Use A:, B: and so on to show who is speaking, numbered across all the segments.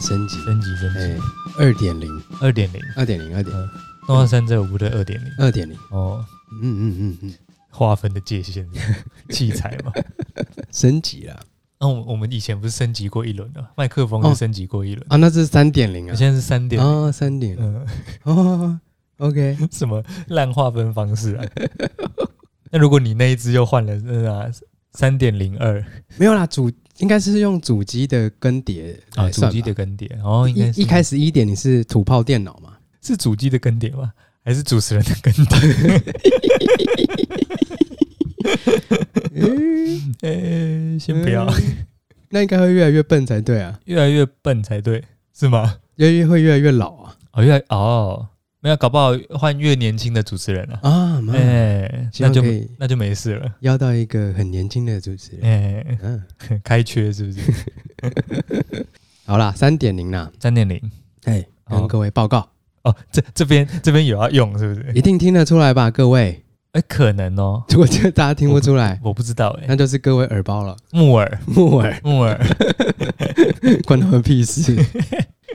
A: 升级，
B: 升级升
A: 啊哎
B: 级，
A: 二点零，
B: 二点零，
A: 二点零，二点
B: 嗯动画三这有部队二点零
A: 二点零，
B: 哦，
A: 嗯嗯嗯
B: 划分的界限器材嘛。
A: 嗯，升级了
B: 那我们我们以前不是升级过一轮啊，麦克风
A: 哦
B: 是升级过一轮，
A: 啊，那是三点零
B: 我
A: 啊，
B: 现在是三点，
A: 啊，三点零
B: 嗯，
A: 哦，OK，
B: 什么烂划分方式啊？那如果你那一只又换了那啊三点零二
A: 没有啦，主应该是用主机的更迭
B: 啊，
A: 来
B: 主
A: 哎算
B: 机
A: 吧
B: 的更迭，哦，应该
A: 一
B: 是
A: 一开始一点零是土炮电脑 嘛，
B: 是主机的更迭吗？还是主持人的更迭？呃，先不要，
A: 嗯 那应该会越来越笨才对啊，
B: 越来越笨才对，是吗？
A: 越来越会越来越老啊
B: 哦，越来哦，没有，搞不好换越年轻的主持人了。
A: 啊，妈
B: 哎、
A: 希
B: 那
A: 望
B: 就
A: 可以
B: 那就没事了。
A: 邀到一个很年轻的主持人，
B: 哎、
A: 嗯，
B: 开缺是不是？
A: 好啦，三点零啦，
B: 三点零
A: 哎，
B: 好
A: 跟各位报告，
B: 哦，这这边这边有要用是不是？
A: 一定听得出来吧，各位，
B: 哎、可能 哦，
A: 如果这大家听不出 来，
B: 我不知道哎、
A: 那就是各位耳包了，
B: 木耳
A: 木耳
B: 木 耳，
A: 关他们屁 事，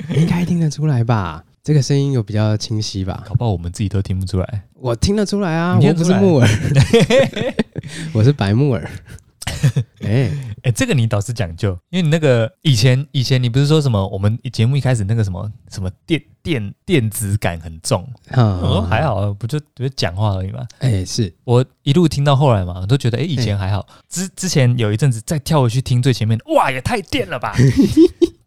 A: 你应该听得出来吧？这个声音有比较清晰吧？
B: 搞不好我们自己都听不出来。
A: 我听得出来啊，
B: 你
A: 我
B: 听得
A: 不
B: 出
A: 是
B: 来
A: 木耳， 我是白木耳。哎、
B: 哎、这个你倒是讲究，因为你那个以前以前你不是说什么我们节目一开始那个什么什么电电电子感很重，我说
A: 哦
B: 还，好啊，不就不就讲话而已嘛。
A: 哎、是
B: 我一路听到后来嘛，我都觉得哎、诶以前还好。之之前有一阵子再跳回去听最前面，哇，也太电 了吧，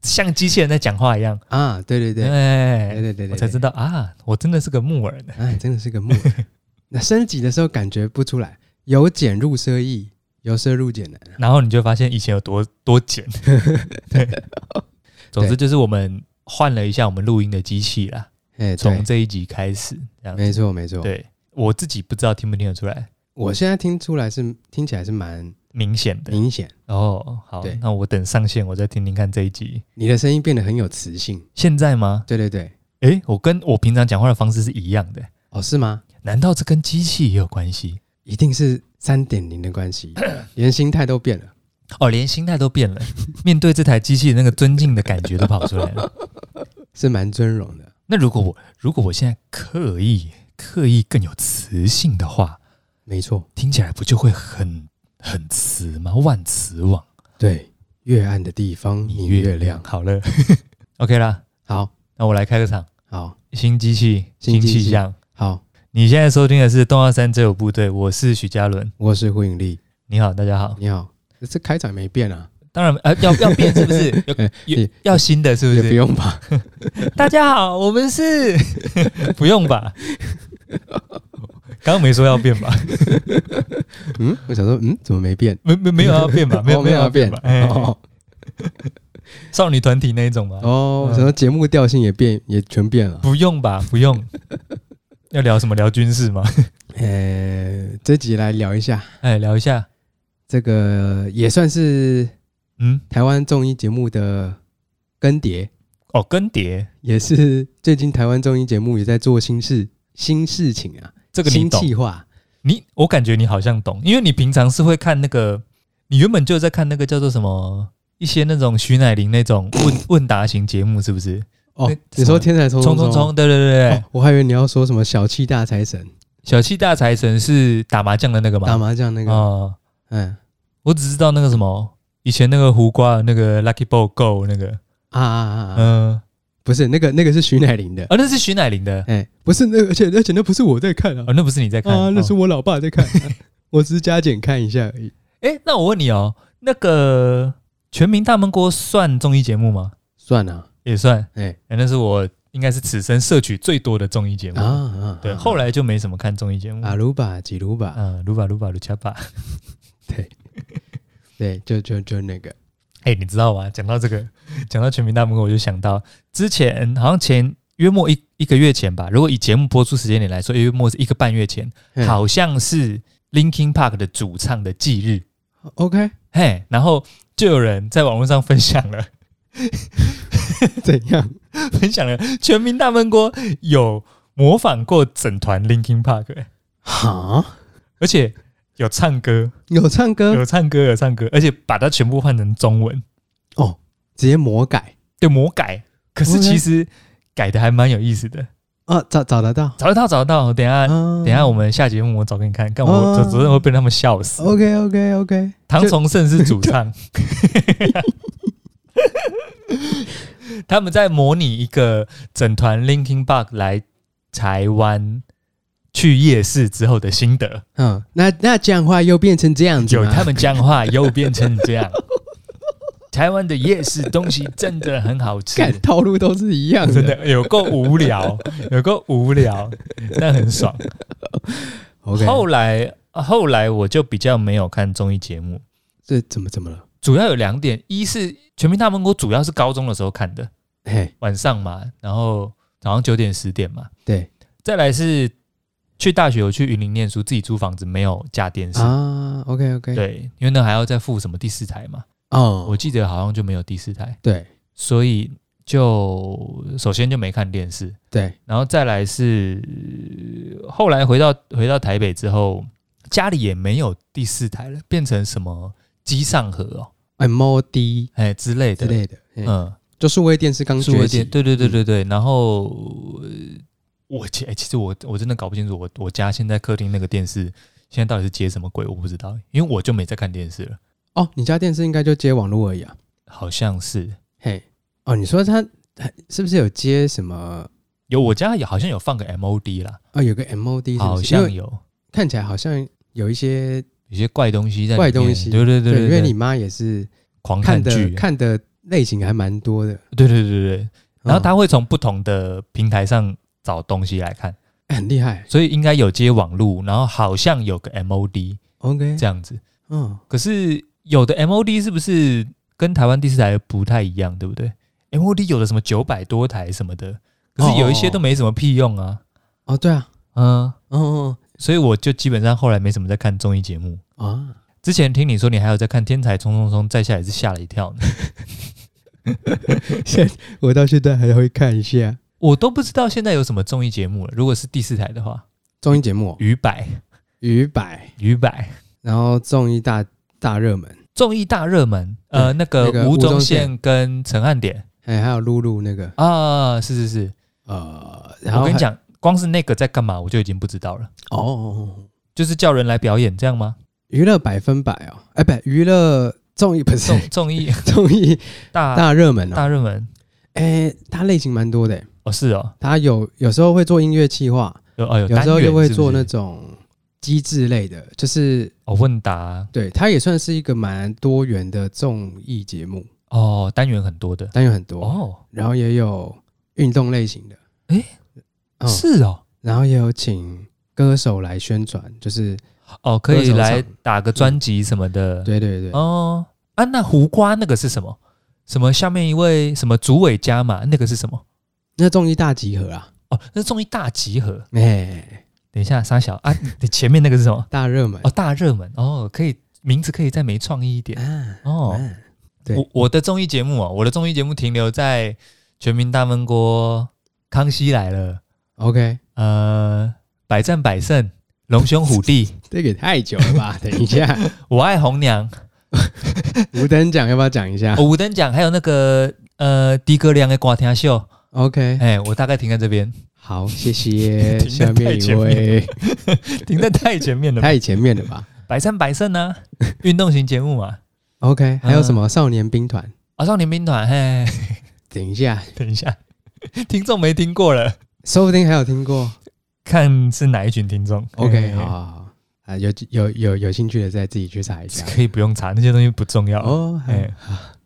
B: 像机器人在讲话一样。
A: 啊，对对对，
B: 哎
A: 对对对对，
B: 我才知道啊，我真的是个木耳呢。
A: 哎，真的是个木 耳。那升级的时候感觉不出来，由简入奢易，由奢入简难。
B: 然后你就发现以前有多多 简。对，总之就是我们换了一下我们录音的机器啦，
A: 哎，对
B: 从，这一集开始这样子。
A: 没错没错。
B: 对我自己不知道听不听得出来，
A: 我现在听出来是听起来是蛮
B: 明显的。
A: 明显，
B: 哦，好
A: 对，
B: 那我等上线我再听听看这一集。
A: 你的声音变得很有磁性。
B: 现在吗？
A: 对对对，
B: 诶，我跟我平常讲话的方式是一样的。
A: 哦，是吗？
B: 难道这跟机器也有关系？
A: 一定是三点零的关系，连心态都变了。
B: 哦，连心态都变了，面对这台机器的那个尊敬的感觉都跑出来了。
A: 是蛮尊荣的。
B: 那如果我如果我现在刻意刻意更有磁性的话，
A: 没错，
B: 听起来不就会很很磁吗？万磁王，
A: 对，越暗的地方你越亮。
B: 好了 ，OK 啦，
A: 好，
B: 那我来开个场，
A: 好，
B: 新机器，
A: 新
B: 新
A: 机器
B: 气象。
A: 好，
B: 你现在收听的是《动画三这有部队》，我是许嘉伦。
A: 我是胡颖丽，
B: 你好，大家好。
A: 你好。这开场没变啊，
B: 当然，呃，要要变是不是？ 有有要新的是不
A: 也
B: 是
A: 不？用吧？
B: 大家好，我 们是不用吧？刚刚没说要变吧？
A: 嗯，我想说，嗯，怎么没变？
B: 没没没有要变吧？没有
A: 哦没有
B: 要
A: 要变
B: 吧？哎，
A: 哦
B: 少女团体那一种吧？
A: 哦，我想说节目调性也变，也全变了。
B: 不用吧？不用。要聊什么？聊 军事吗？
A: 呃，这集来聊一下，
B: 哎，聊一下。
A: 这个也算是
B: 嗯，
A: 台湾综艺节目的更迭，
B: 哦，更迭
A: 也是最近台湾综艺节目也在做新事新事情啊，
B: 这个你
A: 新
B: 懂？
A: 计划。
B: 你我感觉你好像懂，因为你平常是会看那个，你原本就在看那个叫做什么一些那种徐乃麟那种问问答型节目，是不是？
A: 哦
B: 那，
A: 你
B: 哎什
A: 说
B: 么
A: 《天才冲
B: 冲
A: 冲
B: 冲哎冲！对对对对
A: 哦，我还以为你要说什么小气大财神
B: 小气大财神是打麻将的那个吗？
A: 打麻将那个，
B: 哦，
A: 嗯
B: 我只知道那个什么，以前那个胡瓜的那个 Lucky Ball Go 那个，
A: 啊啊啊啊，
B: 嗯、啊，
A: 不是那个那个是徐乃麟的，
B: 那是徐乃麟的，
A: 哎，不是那个而且而且那不是我在看啊
B: 哦，，那不是你在看，
A: 啊，那是
B: 哦
A: 我老爸在 看，我只是加减看一下而已，
B: 哎、那我问你哦，那个《全民大闷锅》算综艺节目吗？
A: 算了
B: 也算，哎、
A: 哎
B: 那是我应该是此生摄取最多的综艺节目。
A: 啊啊，
B: 对，
A: 啊
B: 后来就没什么看综艺节目。
A: 啊
B: 啊，
A: 鲁巴几鲁巴，
B: 鲁巴鲁巴鲁恰巴，
A: 对，就就就那个，
B: 哎、你知道吗？讲到这个，讲到《全民大闷锅》，我就想到之前好像前约莫一一个月前吧，如果以节目播出时间点来说，约莫是一个半月前，
A: 嘿
B: 好像是 Linkin Park 的主唱的忌日，
A: ，OK，
B: 嘿，然后就有人在网络上分享了，
A: 怎样？
B: 分享了《全民大闷锅》有模仿过整团 Linkin Park，、欸、
A: 哈，
B: 而且有唱歌，
A: 有唱歌
B: 有唱歌，有唱歌，而且把它全部换成中文，
A: 哦，直接魔改
B: 对，魔改，可是
A: OK
B: 其实改的还蛮有意思的，
A: 啊，找找得到。
B: 找得到找得到，等一下、
A: 嗯，
B: 哎等一下我们下节目我找给你看，看我
A: 哦
B: 昨昨天会被他们笑死。
A: OK OK OK，
B: 唐崇盛是主唱， 他们在模拟一个整团 Linkin Park 来台湾去夜市之后的心 得，
A: 嗯，那那这样的话又变成这样子
B: 有
A: 吗
B: 他们讲话又变成这样。 台湾的夜市东西真的很好吃，
A: 看套路都是一样的，
B: 真的有够无聊， 有够无聊，但很爽。
A: OK，
B: 后来后来我就比较没有看综艺节目，
A: 这怎么怎么了？
B: 主要有两点：一是《全民大闷锅》，主要是高中的时候看的，
A: 嘿，
B: 晚上嘛，然后早上九点十点嘛。
A: 对
B: 再来是去大学，有去云林念书，自己租房子，没有架电视。
A: 啊，OK OK，，
B: 对，因为那还要再付什么第四台嘛，
A: 哦，
B: 我记得好像就没有第四台，
A: 对
B: 所以就首先就没看电视，
A: 对，
B: 然后再来是呃后来回到回到台北之后，家里也没有第四台了，变成什么机上盒哦，
A: 哎，MOD
B: 哎之类
A: 之
B: 的，
A: 类的，嘿
B: 嗯，
A: 就数位电视刚
B: 数位
A: 崛
B: 店，
A: 起，
B: 对对对对对。然后呃嗯我其、哎其实我我真的搞不清楚，我我家现在客厅那个电视现在到底是接什么鬼，我不知道，因为我就没在看电视了，
A: 哦，你家电视应该就接网络而已啊，
B: 好像是
A: 嘿，哦，你说它它是不是有接什么？
B: 有我家也好像有放个 MOD 啦，
A: 哦，有个 MOD，是不是
B: 好
A: 因
B: 像
A: 为
B: 有
A: 看起来好像有一些
B: 有些怪东西在里
A: 怪
B: 面，
A: 东西
B: 对对对
A: 对，因为
B: 对
A: 你妈也是
B: 狂
A: 看的
B: 剧，
A: 看的类型还蛮多的，
B: 对对对对，然
A: 嗯
B: 后他会从不同的平台上找东西来看，
A: 哎很厉害
B: 所以应该有接网路，然后好像有个 MOD
A: ，OK，
B: 这样子，
A: 嗯，
B: 可是有的 MOD 是不是跟台湾第四台不太一样，对不对？MOD 有的什么九百多台什么的，可是有一些都没什么屁用啊。
A: 哦，对啊，
B: 嗯，
A: 哦哦
B: 所以我就基本上后来没什么在看综艺节目。
A: 哦 啊，
B: 之前听你说你还有在看《天才冲冲冲》，在下也是吓了一跳 呢。
A: 现在我到现在还会看一下
B: 我都不知道现在有什么综艺节目了。如果是第四台的话，
A: 综艺节目哦
B: 鱼百
A: 鱼百，
B: 鱼百
A: 然后综艺大大热门，
B: 综艺大热门，呃，那
A: 那
B: 个
A: 个
B: 吴
A: 吴
B: 宗
A: 宗
B: 宪跟陈汉典
A: 哎，还有露露那个，
B: 啊，是是是，
A: 呃，然后
B: 我跟你
A: 还，
B: 讲，光是那个在干嘛，我就已经不知道了。
A: 哦哦哦，哦
B: 就是叫人来表演这样吗？
A: 娱乐百分百哦，哎，不，娱乐综艺不是
B: 综综艺
A: 综艺
B: 大
A: 大热门哦，
B: 大热门
A: 哎，它类型蛮多的，
B: 哦，是哦，
A: 它有有时候会做音乐企划，
B: 有哦
A: 有
B: 有单
A: 时候
B: 元
A: 又会
B: 是不
A: 做那
B: 是
A: 种机制类的，就是
B: 哦问答
A: 对，它也算是一个蛮多元的综艺节目，
B: 哦，单元很多的
A: 单元很多，
B: 哦，
A: 然后也有运动类型的，
B: 诶
A: 嗯，
B: 是哦
A: 然后也有请歌手来宣传，就是
B: 哦，可
A: 歌
B: 以
A: 手
B: 来
A: 唱嗯
B: 打个专辑什么的，
A: 对对对，
B: 呃哦啊，那胡瓜那个是什么？什么下面一位什么组委家嘛，那个是什么？
A: 那综艺大集合啊，
B: 哦，那是综艺大集合。
A: 哎、
B: 等一下，沙小啊，你前面那个是 什么？
A: 大热门
B: 哦，大热门哦，可以名字可以再没创意一点
A: 啊，
B: 哦。
A: 啊对
B: 我我的综艺节目哦，我的综艺节目停留在《全民大闷锅》《康熙来了》
A: ，OK，
B: 呃，《百战百胜》《龙兄虎弟》 《
A: 这个也太久了 吧？等一下，
B: 我爱红娘》
A: 五等奖要不要讲一下、
B: 哦、五等奖，还有那个呃的哥亮的瓜天秀。
A: o k
B: 哎，我大概停在 这边，
A: 好，谢 谢。
B: 停得
A: 下
B: 太
A: 面一
B: 前面
A: 位，
B: 停在太前面了 吧。
A: 太前面了吧
B: 百战百胜呢、啊，运动型节目嘛。
A: ？OK，还
B: 嗯
A: 有什么少年兵团？
B: 啊、少年兵团，嘿，
A: 等一下，
B: 等一下，听众没听过了，
A: 说不定还有听过。
B: 看是哪一群听众。
A: OK，
B: 哎
A: 好，好好啊，有有有有兴趣的再自己去查一 下。
B: 可以不用查，那些东西不重要。
A: 哦，好
B: 哎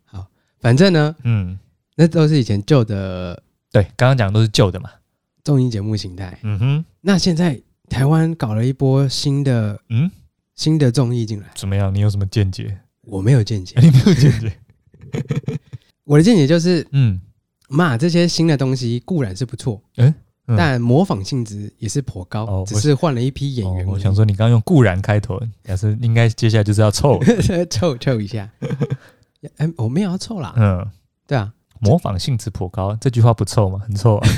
A: 好，反正呢，
B: 嗯，
A: 那都是以前旧的
B: 对，刚刚讲的都是旧的嘛。
A: 综艺节目形态。
B: 嗯哼，
A: 那现在台湾搞了一波新的
B: 嗯，
A: 新的综艺进来，
B: 怎么样？你有什么见解？
A: 我没有见解，
B: 哎你没有见解？
A: 我的见解就是，
B: 嗯，
A: 嘛，这些新的东西固然是不错，
B: 诶嗯
A: 但模仿性质也是颇高，
B: 哦
A: 只是换了一批演员、
B: 哦我想，说，你刚刚用固然开头，表示应该接下来就是要凑 了。
A: 凑凑一 下。哎、我没有要凑啦，
B: 嗯，
A: 对啊，
B: 模仿性质颇高，这句话不凑吗？很凑啊。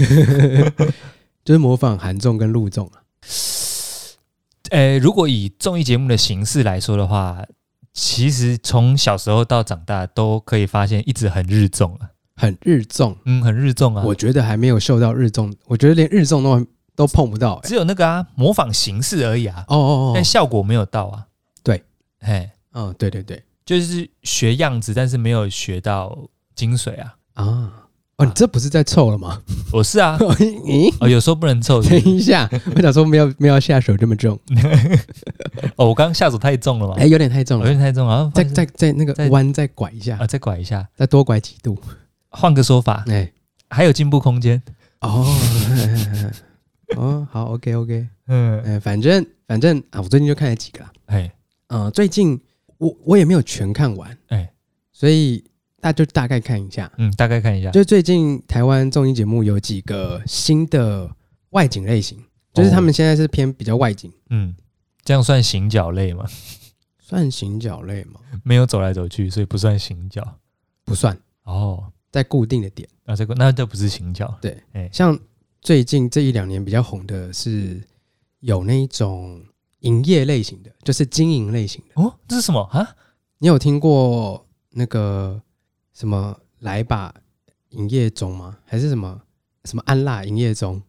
A: 就是模仿韩综跟陆综啊。
B: 呃，如果以综艺节目的形式来说的话，其实从小时候到长大都可以发现一直很日综啊。
A: 很日综，
B: 嗯，很日综啊。
A: 我觉得还没有受到日综，我觉得连日综都还都碰不到、欸。
B: 只有那个啊，模仿形式而已啊，
A: 哦哦哦
B: 但，效果没有到啊。
A: 对，
B: 哎，
A: 嗯，对对对
B: 就是学样子，但是没有学到精髓啊。
A: 啊，哦，你这不是在凑了吗？
B: 我是啊，
A: 咦、
B: 哦，有时候不能凑。是不
A: 等
B: 是
A: 一下，我想说没有没有下手这么重，
B: 哦，我刚刚下手太重了嘛
A: 哎、，有点太重
B: 有
A: 了，
B: 点太重了。
A: 再
B: 再再
A: 再再那个
B: 哎再
A: 弯再拐一下
B: 啊，，再拐一下，
A: 再多拐几度，
B: 换个说法，
A: 哎、
B: 还有进步空间。
A: 哦， 哦，好，OK OK，
B: 嗯，
A: 哎、反正反正啊，我最近就看了几个啦，
B: 哎，
A: 呃，最近我我也没有全看完，
B: 哎
A: 所以大家就大概看一下，
B: 嗯，大概看一下，
A: 就最近台湾综艺节目有几个新的外景类型，就是他们现在是偏比较外景，
B: 嗯，这样算行脚类吗？
A: 算行脚类吗？
B: 没有走来走去，所以不算行脚。
A: 不算，
B: 哦，
A: 在固定的点。
B: 那这个那这不是行脚，
A: 像最近这一两年比较红的是有那一种营业类型的，就是经营类型的。
B: 哦，这是什么啊？
A: 你有听过那个什么来吧营业中吗？还是什么什么安辣营业中？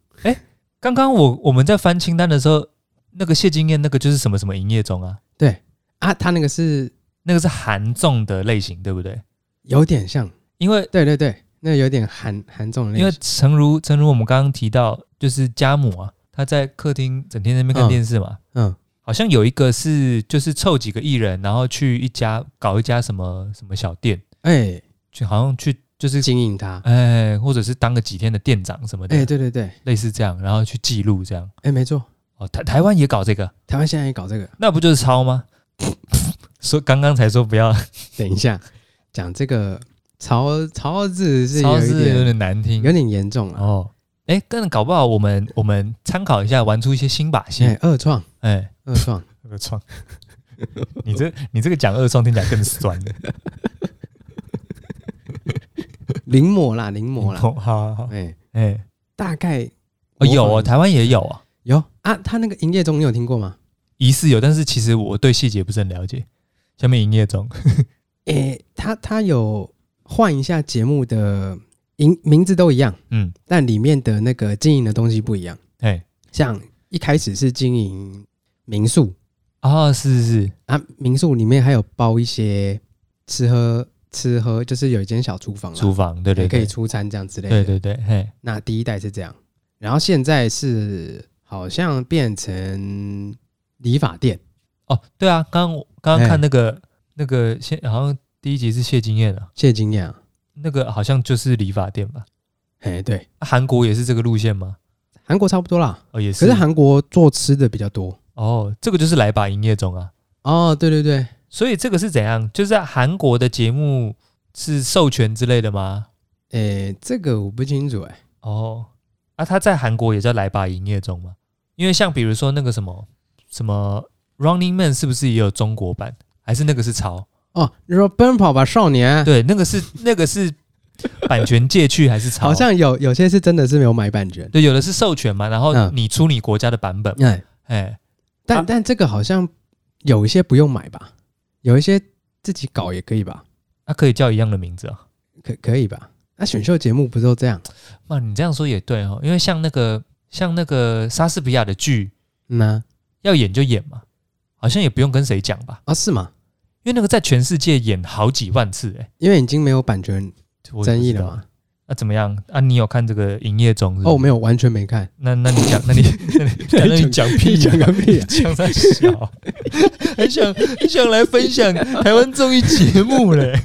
B: 刚刚我我们在翻清单的时候，那个谢金燕那个就是什么什么营业中啊，
A: 对啊，他那个是
B: 那个是韩综的类型，对不对？
A: 有点像，
B: 因为
A: 对对对，那有点韩韩综的类
B: 因为
A: 型。
B: 诚如诚如我们刚刚提到，就是家母啊，她在客厅整天在那边看
A: 嗯
B: 电视嘛，
A: 嗯，
B: 好像有一个是就是凑几个艺人，然后去一家搞一家什么什么小店，
A: 哎、
B: 就好像去就是
A: 经营它。
B: 哎，或者是当个几天的店长什么的，
A: 哎、对对对，哎、
B: 类似这样，然后去记录这样。
A: 没错，
B: 哦，台台湾也搞这个，
A: 台湾现在也搞这个。
B: 那不就是抄吗？ 说刚刚才说不要，
A: 等一下，讲这个曹曹字是
B: 抄
A: 有一
B: 是有
A: 点
B: 点难听
A: 有点严重啊了。
B: 哦。哎，但搞不好我们我们参考一下，玩出一些新把戏
A: 哎、。二创，
B: 哎，
A: 二 创，
B: 二创， 你这你这个讲二创听起来更 酸了。
A: 临摹啦，临摹啦。
B: 哦好好好，
A: 哎、
B: 哎、
A: 大概
B: 哦有哦，
A: 模仿
B: 台湾也有啊，
A: 有啊，他那个营业中你有听过吗？
B: 疑似有，但是其实我对细节不是很了解。下面营业中，
A: 哎、他他有换一下节目的名名字都一样，
B: 嗯，
A: 但里面的那个经营的东西不一样。
B: 哎，
A: 像一开始是经营民宿
B: 啊、是是是，
A: 啊，民宿里面还有包一些吃喝吃喝，就是有一间小厨房啦，
B: 厨房，对对
A: 也可以
B: 对，
A: 出餐这样之类的。
B: 对对对，嘿，
A: 那第一代是这样，然后现在是好像变成理发店，
B: 哦，对啊，刚刚我刚刚
A: 哎
B: 看那个、那个谢，好像第一集是谢金燕啊，
A: 谢金燕啊，
B: 那个好像就是理发店吧？
A: 哎对，
B: 啊韩国也是这个路线吗？
A: 韩国差不多啦，
B: 哦，也
A: 可
B: 是，
A: 是韩国做吃的比较多
B: 哦，这个就是来吧营业中啊，
A: 哦，对对对，
B: 所以这个是怎样？就是在韩国的节目是授权之类的吗？
A: 哎这个我不清楚哎，
B: 哦，啊，他在韩国也叫来吧营业中吗？因为像比如说那个什么什么 Running Man 是不是也有中国版？还是那个是抄？
A: 哦，你说奔跑吧少年，
B: 对，那个是 那个是版权借去还是抄？
A: 好像有有些是真的是没有买版权，
B: 对，有的是授权嘛，然后
A: 嗯
B: 你出你国家的版本，
A: 哎，
B: 哎、
A: 但、
B: 啊
A: 但这个好像有一些不用买吧，有一些自己搞也可以吧，
B: 它、可以叫一样的名字啊、
A: 可可以吧？那、选秀节目不都这样？
B: 那你这样说也对哦，因为像那个像那个莎士比亚的剧，
A: 嗯啊，
B: 要演就演嘛，好像也不用跟谁讲吧。
A: 啊是吗？
B: 因为那个在全世界演好几万次、欸，
A: 因为已经没有版权
B: 哎，
A: 争议了嘛。
B: 那、怎么样？啊，你有看这个营业中是不
A: 哦，
B: 是
A: 我没有，完全没看。
B: 那那你讲，那你那你那你讲 屁
A: 讲
B: 呀、
A: 个屁啊！
B: 讲 在小，还想还想来分享台湾综艺节目嘞，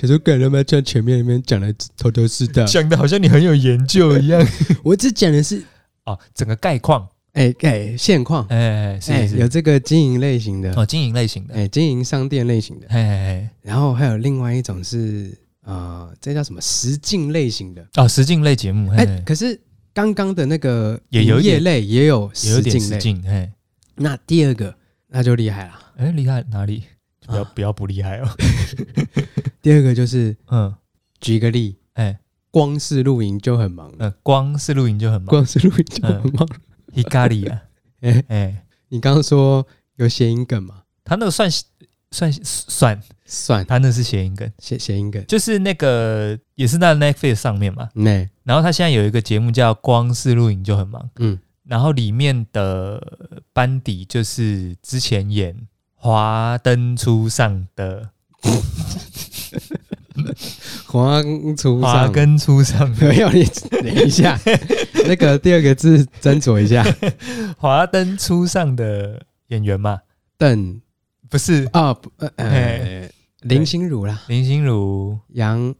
A: 可是个人他妈在前面里面讲的头头是道，
B: 讲的好像你很有研究 一样。
A: 我只讲的是
B: 哦，整个概况，
A: 哎哎现况，
B: 哎、
A: 哎
B: 是是
A: 有这个经营类型的，
B: 哦，经营类型的，哎
A: 哎经营商店类型的，
B: 哎哎，
A: 然后还有另外一种是呃这叫什么实境类型的，
B: 哦，实境类节目，哎、
A: 哎可是刚刚的那个
B: 也有
A: 营
B: 一
A: 业
B: 点
A: 类也有
B: 也有
A: 实
B: 点
A: 境
B: 实
A: 类，
B: 境，哎
A: 那第二个那就厉害了，
B: 哎，厉害哪里？不要、
A: 啊
B: 不要不厉害哦，
A: 第二个就是
B: 嗯，
A: 举个例，
B: 哎。
A: 光是露营就很忙了，
B: 呃，光是露营就很忙
A: 光是露营就很忙了，
B: 嗯，Hikari 啊，
A: 哎
B: 哎，
A: 你刚刚说有谐音梗吗？
B: 他那个算算算，
A: 算
B: 他那是谐音梗，
A: 谐谐音梗，
B: 就是那个也是在 Netflix 上面嘛。
A: 那
B: 然后他现在有一个节目叫《光是录影就很忙》，
A: 嗯
B: 然后里面的班底就是之前演《华灯初上》的
A: 华出
B: 华
A: 上
B: 根初上的
A: 没有你等一下，那个第二个字斟酌一 下，
B: 华灯初上的演员嘛，
A: 邓
B: 不是
A: 啊不呃呃林心如啦，
B: 林心如、
A: 杨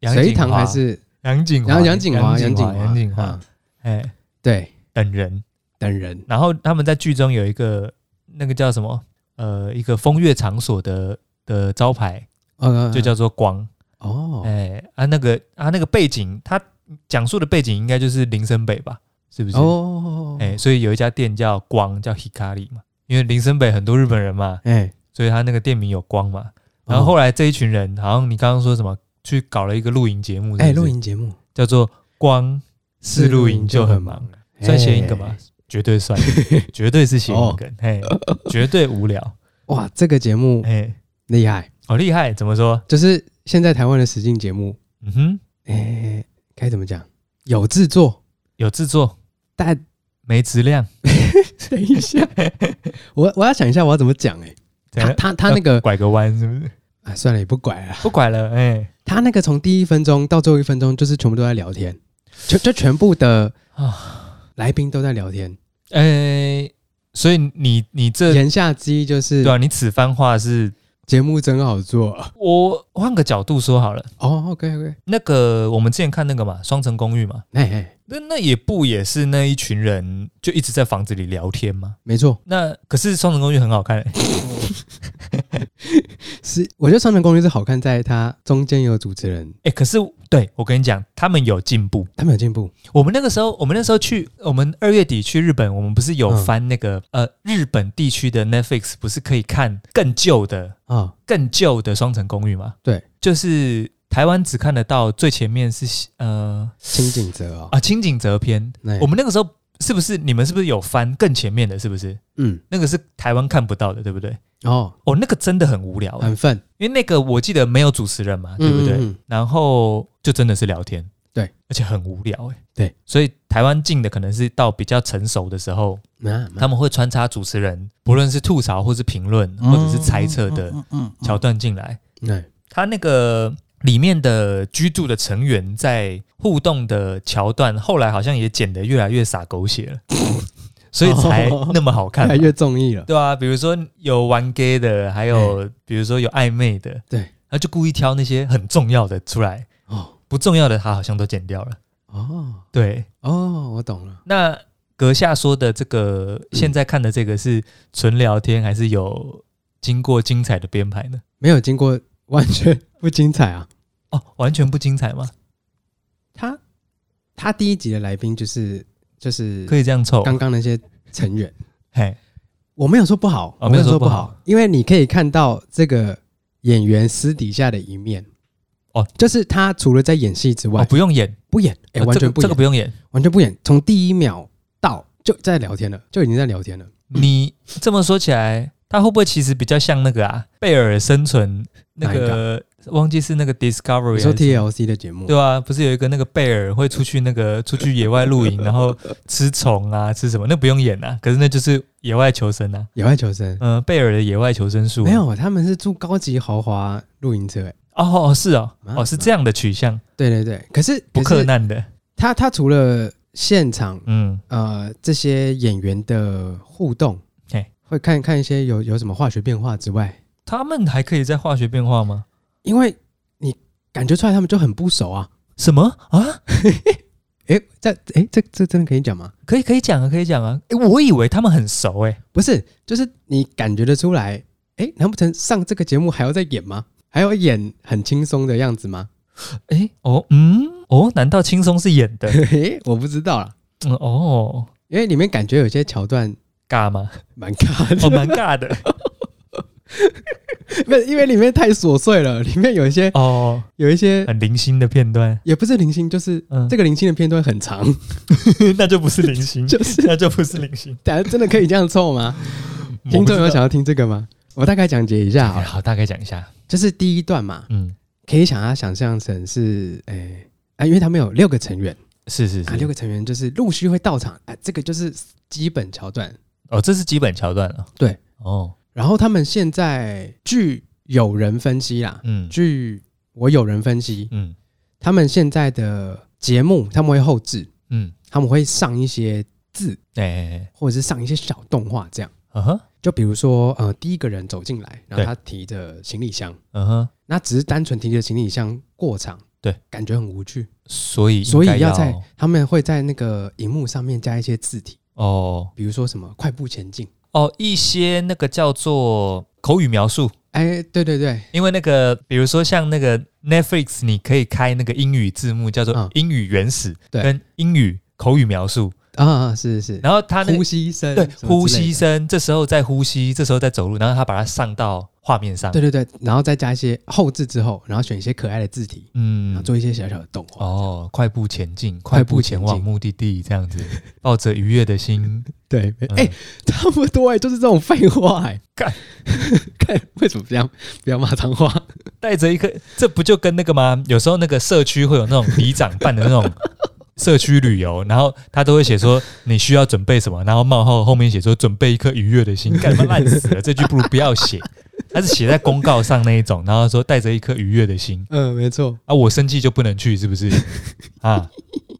B: 杨
A: 隋
B: 景
A: 棠
B: 华
A: 还是
B: 杨景华
A: 杨杨景华
B: 杨
A: 景
B: 华杨景华
A: 啊，
B: 哎、
A: 对
B: 等人。
A: 等人
B: 然后他们在剧中有一个那个叫什么呃一个风月场所的的招牌，
A: 呃
B: 就叫做光。
A: 哦
B: 哎啊，那个啊，那个背景，他讲述的背景应该就是林森北吧？是不是？
A: 哦
B: 哎，所以有一家店叫光，叫 Hikari 嘛，因为林森北很多日本人嘛，
A: 哎，哦
B: 所以他那个店名有光嘛。然后后来这一群人，好像你刚刚说什么，去搞了一个露营节目是不是，
A: 哎录音节目
B: 叫做“光是露营就很忙”，
A: 哎
B: 算谐音梗吗？？绝对算，绝对是谐音梗，嘿，绝对无 聊，
A: 哇，这个节目
B: 嘿，
A: 厉害，
B: 好厉害，怎么说？
A: 就是现在台湾的实境节目，
B: 嗯哼，
A: 哎，该怎么讲？有制 作，
B: 有制作，
A: 但
B: 没质量，
A: 等一下， 我我要想一下我要怎么讲哎、
B: 怎样
A: 他他他那个
B: 拐个弯是不是？
A: 啊，算了，也不拐了。
B: 不拐了，哎、
A: 他那个从第一分钟到最后一分钟，就是全部都在聊天，就就全部的
B: 啊
A: 来宾都在聊天。
B: 哎、所以你你这
A: 言下之意就是
B: 呃对啊，你此番话是
A: 节目真好做
B: 我换个角度说好了，
A: 哦。OK OK，
B: 那个我们之前看那个嘛《双层公寓》嘛，
A: 哎哎，
B: 那那也不也是那一群人就一直在房子里聊天吗？
A: 没错，
B: 那可是《双层公寓》很好看、欸，
A: 是我觉得《双城公寓》是好看，在它中间有主持人，
B: 哎、可是对我跟你讲，他们有进步。
A: 他们有进步。
B: 我们那个时候，我们那时候去，我们二月底去日本，我们不是有
A: 嗯
B: 翻那个、呃日本地区的 Netflix，不是可以看更旧的
A: 啊，
B: 更旧的双层公寓吗？
A: 对，
B: 就是台湾只看得到最前面是呃
A: 清景泽哦，
B: 啊清景泽篇。
A: 那
B: 我们那个时候是不是你们是不是有翻更前面的？是不是
A: 嗯
B: 那个是台湾看不到的，对不对？
A: 哦，
B: 哦，那个真的很无聊、
A: 很愤，
B: 因为那个我记得没有主持人嘛，对不对？
A: 嗯嗯嗯嗯
B: 然后就真的是聊天，
A: 对，
B: 而且很无聊哎、
A: 对，
B: 所以台湾进的可能是到比较成熟的时候，
A: 那
B: 他们会穿插主持人，不论是吐槽或是评论
A: 嗯
B: 或者是猜测的
A: 嗯嗯
B: 桥段进来。
A: 那
B: 他那个里面的居住的成员在互动的桥段，后来好像也剪得越来越洒狗血了，所以才那么
A: 哦
B: 好
A: 越
B: 看嘛
A: 来。越综艺了。
B: 对啊，比如说有玩 gay 的，还有比如说有暧昧的，
A: 哎对
B: 他就故意挑那些很重要的出来，
A: 哦
B: 不重要的他好像都剪掉了。
A: 哦
B: 对，
A: 哦，我懂了。
B: 那阁下说的这个，
A: 嗯
B: 现在看的这个是纯聊天，还是有经过精彩的编排呢？
A: 没有经过，完全不精彩啊。
B: 哦，完全不精彩吗？
A: 他他第一集的来宾就是就是
B: 可以这样凑？
A: 刚刚那些成员，
B: 嘿，
A: 我没有说不好，
B: 哦
A: 我没有
B: 没有说
A: 说
B: 不
A: 不好，因为你可以看到这个演员私底下的一面。
B: 哦，
A: 就是他除了在演戏之外，
B: 哦，不用演，
A: 不演，哎、
B: 哦
A: 完
B: 这
A: 全
B: 个
A: 不
B: 这
A: 演，
B: 个不用演。
A: 完全不演，从第一秒到就在聊天了，就已经在聊天了。
B: 你这么说起来，他会不会其实比较像那个啊？贝尔生存那
A: 哪一啊
B: 个，忘记是那个 Discovery
A: 你
B: 还是
A: 说
B: 什么
A: TLC 的节目，
B: 对啊，不是有一个那个贝尔会出去那 个出去野外露营，然后吃虫啊，吃什么？那不用演啊，可是那就是野外求生啊。
A: 野外求生、
B: 嗯、贝尔的野外求生术啊
A: 没有，他们是住高级豪华露营车、哎，
B: 哦哦是哦
A: 啊
B: 哦是这样的取向，
A: 对对对，可是
B: 不
A: 可
B: 克
A: 是
B: 难的。
A: 他他除了现场
B: 嗯，
A: 呃这些演员的互动
B: 嘿，
A: 会看看一些有有什么化学变化之外，
B: 他们还可以在化学变化吗？
A: 因为你感觉出来他们就很不熟啊。
B: 什么啊？
A: 诶，这诶，这这真的可以讲吗？
B: 可以可以讲啊，可以讲啊。诶我以为他们很熟诶、
A: 不是，就是你感觉得出来，诶，难不成上这个节目还要再演吗？还要演很轻松的样子吗？
B: 诶哦嗯哦，难道轻松是演的？
A: 嘿嘿，我不知道啦，
B: 嗯哦，
A: 因为里面感觉有些桥段
B: 尬吗？
A: 蛮尬 的，
B: 哦蛮尬的
A: 不 是因为里面太琐碎了，里面有一些
B: 哦，
A: 有一些
B: 很零星的片段。
A: 也不是零星，就是
B: 嗯，
A: 这个零星的片段很长，
B: 那就不是零星，
A: 就是
B: 那就不是零星。
A: 大家真的可以这样凑吗？听众有想要听这个吗？我大概讲解一下好
B: 哎
A: 了，
B: 好，大概讲一下。
A: 就是第一段嘛，
B: 嗯，
A: 可以想它想象成是，诶、啊，因为他们有六个成员
B: 是是
A: 啊，六
B: 是。
A: 个成员就是陆续会到场，啊，这个就是基本桥段。
B: 哦，这是基本桥段了。
A: 对。
B: 哦，
A: 然后他们现在据有人分析啦，
B: 嗯
A: 据我有人分析，
B: 嗯
A: 他们现在的节目他们会后置，
B: 嗯，
A: 他们会上一些字，
B: 哎哎，哎
A: 或者是上一些小动画这样。
B: 嗯哼
A: 就比如说，呃，第一个人走进来，然后
B: 对
A: 他提着行李箱，
B: 嗯哼，
A: 那只是单纯提着行李箱过场，
B: 对，
A: 感觉很无趣，
B: 所以应
A: 所以
B: 该
A: 要
B: 要
A: 在他们会在那个荧幕上面加一些字体，
B: 哦
A: 比如说什么快步前进，
B: 哦一些那个叫做口语描述，
A: 哎，对对对，
B: 因为那个比如说像那个 Netflix，你可以开那个英语字幕叫
A: 嗯
B: 做英语原始
A: 对
B: 跟英语口语描述，
A: 啊，是是是，
B: 然后他那个
A: 呼吸声，
B: 对
A: 什么之类的
B: 呼吸，声，这时候在呼吸，这时候在走路，然后他把它上到画面上，
A: 对对对，然后再加一些后置之后，然后选一些可爱的字体，然后
B: 嗯。
A: 做一些小小的动画，
B: 哦，快步前进，
A: 快
B: 快
A: 步
B: 步
A: 前
B: 前
A: 进
B: 往目的地，这样子， 抱着愉悦的心。
A: 对，
B: 嗯
A: 哎，差不多哎，就是这种废话哎，
B: 干
A: 看为什么这样，不要骂脏话，
B: 带着一个，这不就跟那个吗？有时候那个社区会有那种里长办的那 种社区旅游，然后他都会写说你需要准备什么，然后冒号后面写说准备一颗愉悦的 心，干嘛烂死了？这句不如不要写，他是写在公告上那一种，然后说带着一颗愉悦的心
A: 嗯，没错，
B: 啊，我生气就不能去，是不 是？啊，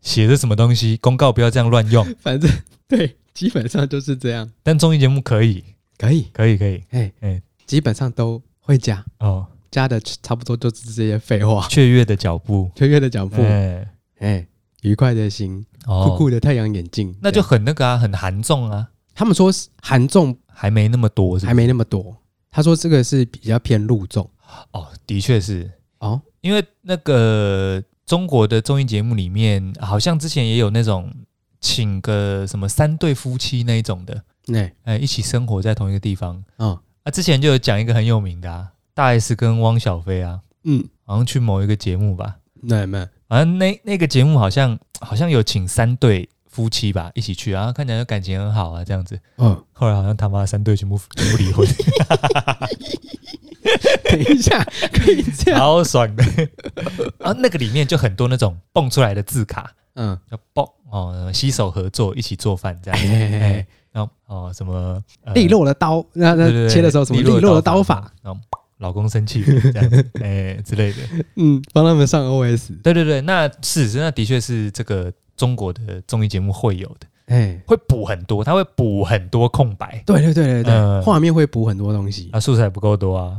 B: 写的什么东西？公告不要这样乱用，
A: 反正对，基本上就是这样，
B: 但综艺节目可以，
A: 可以，
B: 可以，可以，
A: 哎
B: 哎
A: 基本上都会加，
B: 哦，
A: 加的差不多就是这些废话，
B: 雀跃的脚步，
A: 雀跃的脚步，哎、
B: 哎，
A: 愉快的心，酷
B: 哦，
A: 酷的太阳眼镜，
B: 那就
A: 对
B: 很那个啊，很韩重啊。
A: 他们说是韩重
B: 还没那么多是不是
A: 还没那么多，他说这个是比较偏陆重
B: 哦，的确是
A: 哦，
B: 因为那个中国的综艺节目里面，好像之前也有那种请个什么三对夫妻那一种的，
A: 那、
B: 哎，一起生活在同一个地方
A: 嗯
B: 啊。之前就有讲一个很有名的啊，大 S 跟汪小菲啊，
A: 嗯，
B: 好像去某一个节目吧，
A: 那有没有？
B: 好像那那个节目好像好像有请三对夫妻吧一起去啊，看起来感情很好啊，这样子。
A: 哦，
B: 后来好像他妈三对全部全部 离婚，
A: 等一下，可以这样，
B: 好爽的。然后那个里面就很多那种蹦出来的字卡，
A: 嗯，
B: 要抱哦，携手合作，一起做饭这样。
A: 嘿嘿嘿
B: 哎，然后哦，什么、呃
A: 利落的刀，那
B: 对对
A: 那
B: 对
A: 切的时候什么利落的刀法，，
B: 然后老公生气了这样 子，哎之类的。
A: 嗯，帮他们上 OS，
B: 对对对，那是是那的确是这个中国的综艺节目会有的，
A: 哎、
B: 会补很多，它会补很多空白。
A: 对对对对对，
B: 嗯
A: 画、面会补很多东西。
B: 啊，素材不够多啊，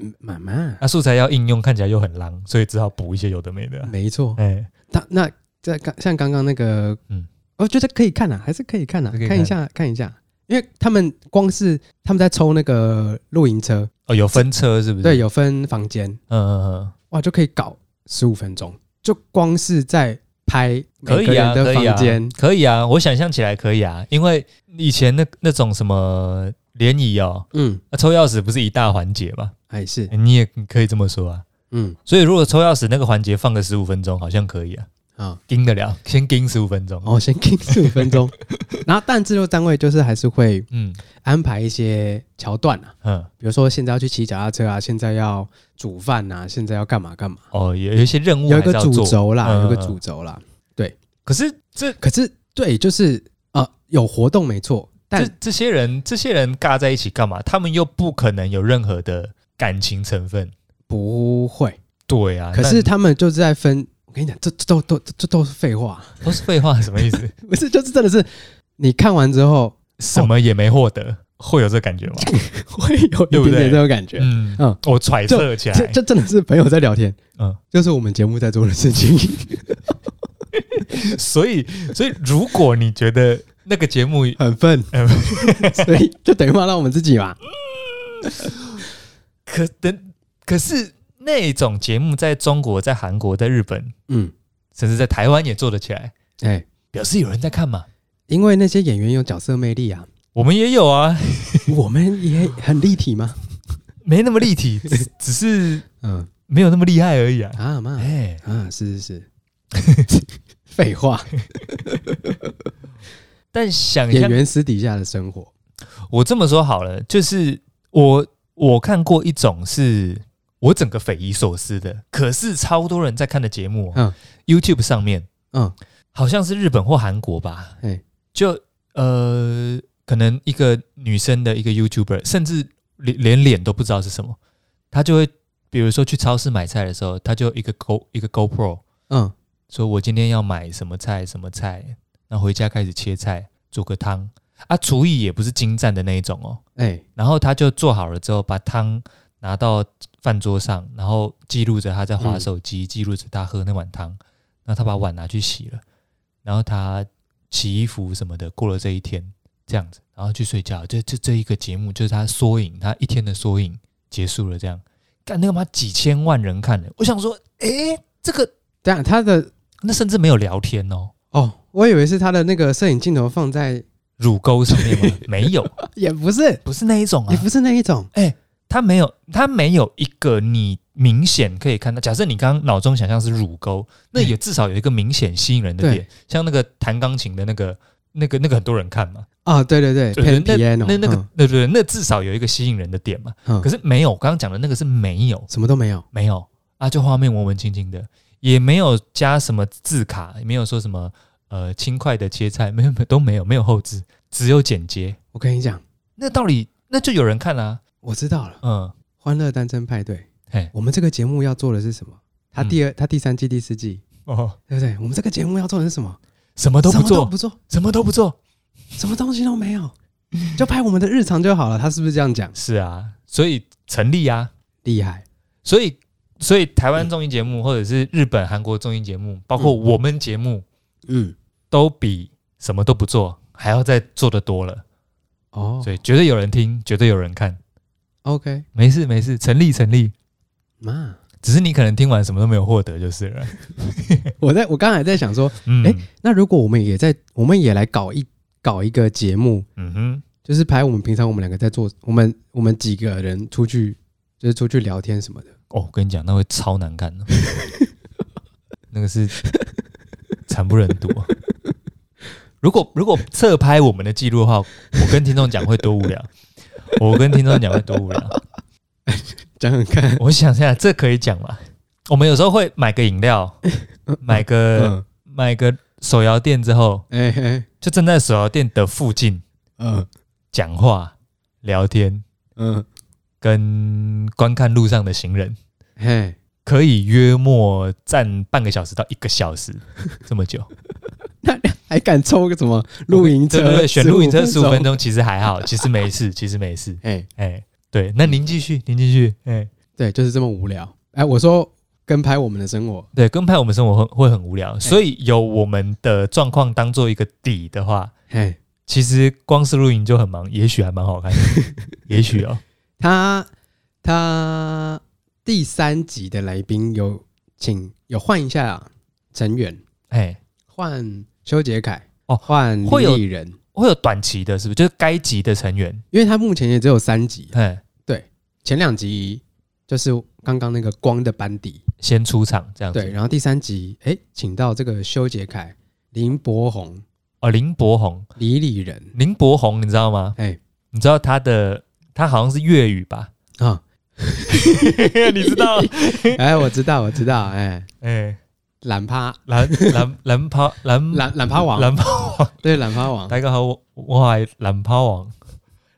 A: 嗯妈妈，
B: 啊，素材要应用看起来又很浪，所以只好补一些有的没的啊、
A: 没错。
B: 哎，
A: 那那在刚像刚刚那个，嗯
B: 嗯，
A: 我觉得可以看啊，还是可以看啊，
B: 可以
A: 看一下看一下，因为他们光是他们在抽那个露营车，
B: 哦，有分车是不是？
A: 对，，有分房间，
B: 嗯嗯
A: 哇，就可以搞十五分钟，就光是在拍
B: 嗯，可
A: 每个
B: 以
A: 人
B: 啊，可
A: 的
B: 以
A: 房
B: 啊
A: 间，，
B: 可以啊，我想象起来可以啊，因为以前那那种什么联谊哦，
A: 嗯，
B: 那抽钥匙不是一大环节嘛？
A: 还是
B: 欸你也可以这么说啊。
A: 嗯
B: 所以如果抽钥匙那个环节放个十五分钟，好像可以啊，
A: 啊，
B: 盯得了，先盯十五分钟。
A: 哦，先听十五分钟， 然后但制作单位就是还是会
B: 嗯
A: 安排一些桥段啊。
B: 嗯，
A: 比如说现在要去骑脚踏车啊，现在要煮饭啊，现在要干嘛干嘛，
B: 哦，有有一些任务
A: 有一
B: 还
A: 个
B: 是要
A: 主
B: 做
A: 轴啦，
B: 嗯
A: 有一个
B: 嗯
A: 主轴啦。
B: 可是这
A: 可是对，就是呃，有活动没错，
B: 这
A: 但
B: 这些人这些人尬在一起干嘛？他们又不可能有任何的感情成分。
A: 不会。
B: 对啊，
A: 可是他们就是在分，我跟你讲，这这都都这这都是废话，
B: 那都是废话，什么意思？
A: 不是就是真的是你看完之后
B: 什么也没获得，会有这感觉吗？
A: 会有
B: 对
A: 一点
B: 不对
A: 点这种感觉。嗯
B: 嗯嗯，我揣测起来
A: 这，这真的是朋友在聊天，
B: 嗯，
A: 就是我们节目在做的事情。
B: 所以，所以如果你觉得那个节目，
A: 很愤，
B: 嗯
A: 所以就等于骂到我们自己嘛。
B: 可等，可是那种节目在中国、在韩国、在日本，
A: 嗯，
B: 甚至在台湾也做得起来，
A: 哎、
B: 表示有人在看嘛。
A: 因为那些演员有角色魅 力啊，
B: 我们也有啊，
A: 我们也很立体吗？
B: 没那么立体，只只是
A: 嗯
B: 没有那么厉害而已啊。
A: 啊妈
B: 哎，
A: 啊，是是是， 废话，
B: 但想
A: 演
B: 象
A: 员私底下的生活，
B: 我这么说好了，就是我我看过一种是我整个匪夷所思的，可是超多人在看的节目、
A: 嗯
B: 哦、，YouTube 上面
A: 嗯，
B: 好像是日本或韩国吧
A: 嘿，
B: 就呃，可能一个女生的一个 YouTuber，甚至连连脸都不知道是什么，她就会比如说去超市买菜的时候，她就一个 Go 一个 GoPro，
A: 嗯，
B: 说我今天要买什么菜什么菜，然后回家开始切菜煮个汤啊，厨艺也不是精湛的那一种哦。
A: 哎，
B: 然后他就做好了之后，把汤拿到饭桌上，然后记录着他在划手机，记录着他喝那碗汤。然后他把碗拿去洗了，然后他洗衣服什么的，过了这一天这样子，然后去睡觉。这这这一个节目就是他缩影，他一天的缩影结束了。这样，干那个嘛几千万人看的，我想说，诶，这个
A: 但他的
B: 那甚至没有聊天哦，
A: 哦，我以为是他的那个摄影镜头放在，
B: 乳沟上面吗？没有，
A: 也不是，
B: 不是那一种啊
A: 也，不是那一种，
B: 它没有，它没有一个你明显可以看到。假设你刚刚脑中想象是乳沟，那也至少有一个明显吸引人的点
A: 对，
B: 像那个弹钢琴的那个、那个、那个很多人看嘛，
A: 啊，对对对
B: 对
A: ，Pan
B: 那
A: Piano，
B: 那那个
A: 嗯
B: 对对对，那至少有一个吸引人的点嘛。
A: 嗯
B: 可是没有，我刚刚讲的那个是没有，
A: 什么都没有，
B: 没有啊，就画面文文静静的，也没有加什么字卡，也没有说什么呃轻快的切菜，没有没有都没有，没有后置，只有剪接。
A: 我跟你讲，
B: 那到底那就有人看啦、
A: 我知道了，
B: 嗯，
A: 欢乐单身派对
B: 嘿，嗯
A: 我们这个节目要做的是什么？他第二，他第三季、第四季，
B: 哦，
A: 对不对？我们这个节目要做的是什么？
B: 什么都不
A: 什么
B: 做
A: 都，不做，
B: 什么都不做。
A: 什么东西都没有，就拍我们的日常就好了。他是不是这样讲？
B: 是啊，所以成立啊，
A: 厉害，
B: 所以所以台湾综艺节目或者是日本、韩国综艺节目，包括我们节目，
A: 嗯，
B: 都比什么都不做还要再做的多了。
A: 哦
B: 所以绝对有人听，绝对有人看。
A: ，OK，
B: 没事没事，成立成立，
A: 妈，
B: 只是你可能听完什么都没有获得就是 了。
A: 我在我刚才在想说，
B: 嗯，
A: 诶那如果我们也在，我们也来搞一搞一个节目，
B: 嗯哼，
A: 就是拍我们平常我们两个在做，我们我们几个人出去，就是出去聊天什么的。
B: 哦，我跟你讲，那会超难看的， 那个是惨不忍睹啊。如果如果侧拍我们的记录的话，我跟听众讲会多无聊，我跟听众讲会多无聊。
A: 讲讲看，
B: 我想一下，这可以讲吗？我们有时候会买个饮料，买个、
A: 嗯，
B: 买个手摇店之后，
A: 哎、嘿
B: 就站在手摇店的附近
A: 嗯
B: 讲话、聊天，
A: 嗯，
B: 跟观看路上的行人。
A: 嘿，
B: 可以约莫占半个小时到一个小 时这么久。
A: 还敢抽个什么露营车？
B: 对对对，选露营车十五分
A: 钟。
B: 钟其实还好，其实没事，其实没事。
A: 哎、
B: 哎、对，那您继续，您继续。哎、
A: 对，就是这么无聊。哎、我说跟拍我们的生活，
B: 对，跟拍我们生活会会很无
A: 哎
B: 聊，所以有我们的状况当做一个底的话，
A: 嘿、
B: 其实光是露营就很忙，也许还蛮好看的，也 许哦。
A: 他他第三集的来宾有请有换一下成员，
B: 哎、
A: 换修杰楷
B: 哦
A: 换
B: 会有
A: 李人，
B: 会有短期的，是不是？就是该集的成员，
A: 因为他目前也只有三集，
B: 哎、
A: 前两集就是刚刚那个光的班底，
B: 先出场这样子。
A: 对，然后第三集哎、请到这个修杰楷、林柏宏、
B: 哦，林柏宏，
A: 李李仁，
B: 林柏宏，你知道吗？
A: 哎、
B: 你知道他的他好像是粤语吧？
A: 啊，
B: 你知道？
A: 哎，我知道，我知道，哎，
B: 哎，
A: 懒趴
B: 蓝 蓝蓝抛蓝
A: 懒懒趴王，
B: 蓝抛，
A: 对，懒趴王，
B: 大家好，我我系蓝抛王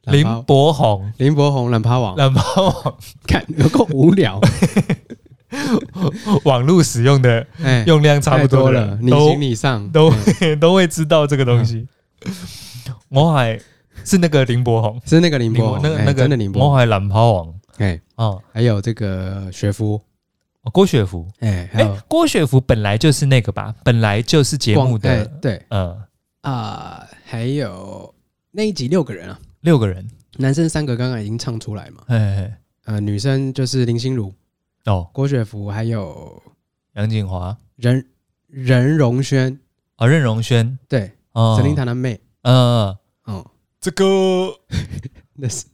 A: 懒
B: 林
A: 趴
B: 柏宏，
A: 林柏宏懒趴王，
B: 蓝抛王
A: 看有够无 聊，
B: 网络使用的
A: 哎。
B: 用量差不
A: 太多
B: 的
A: 了，
B: 人
A: 你
B: 都
A: 行你上
B: 都
A: 嗯
B: 都 会知道这个东西。我系是那个林柏宏，
A: 是那个林
B: 林
A: 波，
B: 那
A: 哎
B: 个那个
A: 真的林波，
B: 我系蓝抛王
A: 哎，
B: 哦，
A: 还有这个学夫，
B: 郭雪芙。
A: 哎，还
B: 哎
A: 有，
B: 郭雪芙本来就是那个吧，本来就是节目
A: 光，哎
B: 的，
A: 对
B: 呃
A: 啊，还有那一集六个人啊，
B: 六个人，
A: 男生三个刚刚已经唱出来嘛，
B: 哎哎
A: 呃，女生就是林心如、
B: 哎哦，
A: 郭雪芙，还有
B: 杨锦华
A: 任任容萱，
B: 哦，任容萱
A: 对，
B: 哦，
A: 陈琳堂的妹，
B: 嗯，
A: 哦，
B: 这个
A: 那是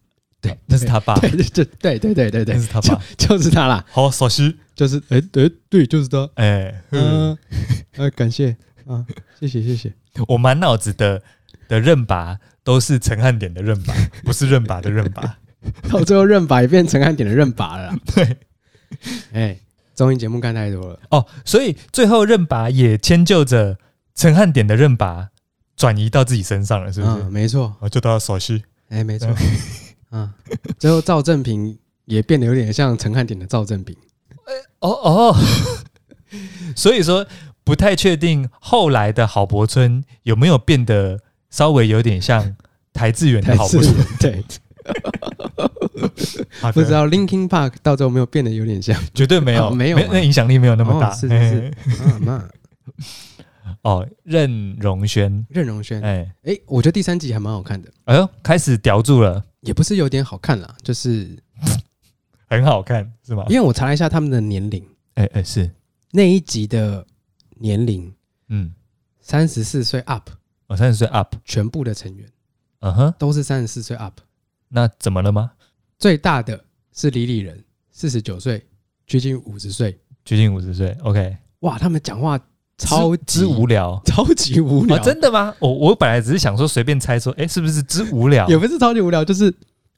B: 对，那是他爸，
A: 对对对对对对对
B: 那
A: 对，
B: 是他爸，
A: 就是他啦，
B: 好熟悉，
A: 就是哎对对，就是他，
B: 哎，嗯，
A: 嗯， 呃，感谢啊，谢谢谢 谢，
B: 我满 脑子的的认拔都是陈汉典的认拔，不是认拔的认拔，
A: 到最后认靶也变成汉典的认靶了啦。
B: 对，
A: 哎，综艺节目看太多了，
B: 哦，所以最后认拔也迁就着陈汉典的认拔转移到自己身上了，是不是？
A: 嗯，没错，
B: 哦，就到首席，
A: 哎，没错，
B: 啊
A: 嗯，最后赵正平也变得有点像陈汉典的赵正平，
B: 哦哦， 所以说不太确定后来的郝柏村有没有变得稍微有点像台志远的郝柏
A: 是
B: 村， 啊
A: 对，
B: 好
A: 不知
B: 的，
A: 道 Linkin Park 到最后有没有变得有点像，
B: 绝对没有，
A: 哦没有吗
B: 那影响力没有那么大。
A: 哦是是是啊那
B: 嘿哦，任荣轩，
A: 任容萱，
B: 哎
A: 哎，我觉得第三集还蛮好看的，
B: 哎呦，开始叼住了，
A: 也不是有点好看啦，就是
B: 很好看是吗
A: 因？为我查了一下他们的年龄，
B: 哎哎是，
A: 那一集的年龄
B: 嗯，
A: 三十四岁 up，
B: 我三十岁 up，
A: 全部的成员
B: 嗯哼，
A: 都是三十四岁 up，
B: 那怎么了吗？
A: 最大的是李李仁，四十九岁，接近五十岁，
B: 接近五十岁，OK，
A: 哇，他们讲话超级
B: 之无聊
A: 超级无聊，
B: 啊！真的吗？我我本来只是想说随便猜说，哎、是不是之无聊
A: 也？不是超级无聊，就是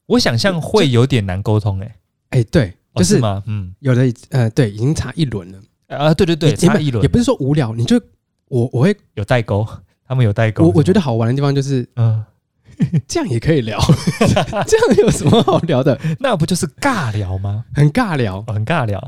B: 我想象会有点难沟通、诶哎、
A: 哎、对，
B: 哦
A: 就是呃是
B: 吗？嗯
A: 有的已呃对，已经查一轮了，
B: 啊，对对对，
A: 也也
B: 差
A: 没
B: 一轮
A: 也不是说无聊，你就我我会
B: 有代沟，他们有代沟
A: 我
B: 是吗，
A: 我觉得好玩的地方就是
B: 嗯，
A: 这样也可以聊， 这样有什么好聊的？
B: 那不就是尬聊吗？
A: 很尬聊，
B: 哦、很尬聊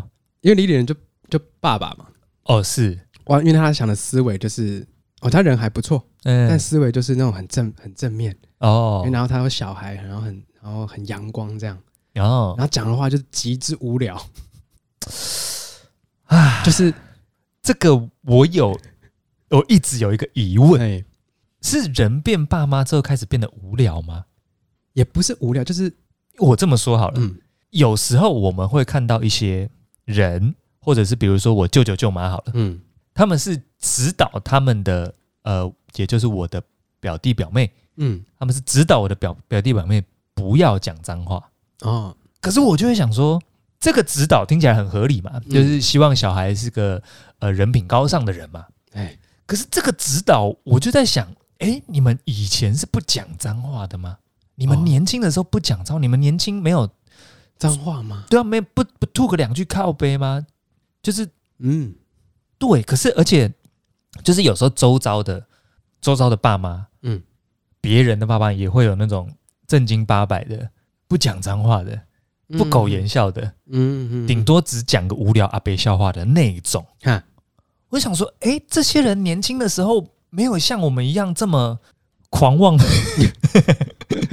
A: 因为李李仁就就爸爸嘛，
B: 哦，是，
A: 哇，因为他想的思维就是哦，他人还不错，但
B: 嗯，
A: 思维就是那种很正很正面，
B: 哦，
A: 然后他有小孩，然后很然后很阳光这样，
B: 然后
A: 然后讲的话就是极之无聊，
B: 啊，
A: 就是
B: 这个我有，我一直有一个疑问，
A: 对，
B: 是人变爸妈之后开始变得无聊吗？
A: 也不是无聊，就是
B: 我这么说好了，
A: 嗯
B: 有时候我们会看到一些人，或者是比如说我舅舅舅妈好了，
A: 嗯
B: 他们是指导他们的呃，也就是我的表弟表妹，
A: 嗯
B: 他们是指导我的表表弟表妹不要讲脏话。
A: 哦
B: 可是我就会想说，这个指导听起来很合理嘛，
A: 嗯
B: 就是希望小孩是个呃人品高尚的人嘛。
A: 哎
B: 可是这个指导，我就在想，哎，你们以前是不讲脏话的吗？你
A: 哦
B: 们年轻的时候不讲脏，你们年轻没有
A: 脏话吗？
B: 对啊，没不不吐个两句靠背吗？就是
A: 嗯
B: 对，可是而且就是有时候周遭的周遭的爸妈，
A: 嗯
B: 嗯，别人的爸妈也会有那种正经八百的、不讲脏话的、
A: 嗯
B: 不苟言笑的，
A: 嗯嗯嗯
B: 顶多只讲个无聊阿伯笑话的那一种。
A: 看
B: 我想说，哎、这些人年轻的时候没有像我们一样这么狂妄，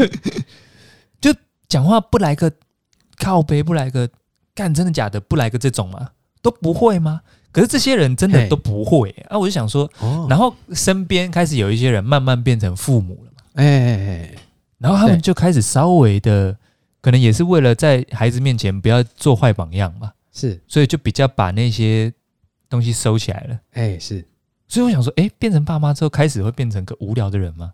B: 就讲话不来个靠背，不来个干，真的假的，不来个这种吗？都不会吗？可是这些人真的
A: 嘿
B: 都不会、啊！我就想说，
A: 哦，
B: 然后身边开始有一些人慢慢变成父母了嘛，
A: 哎哎哎
B: 然后他们
A: 对
B: 就开始稍微的，可能也是为了在孩子面前不要做坏榜样嘛，
A: 是
B: 所以就比较把那些东西收起来了。
A: 哎是
B: 所以我想说，哎、变成爸妈之后，开始会变成个无聊的人吗？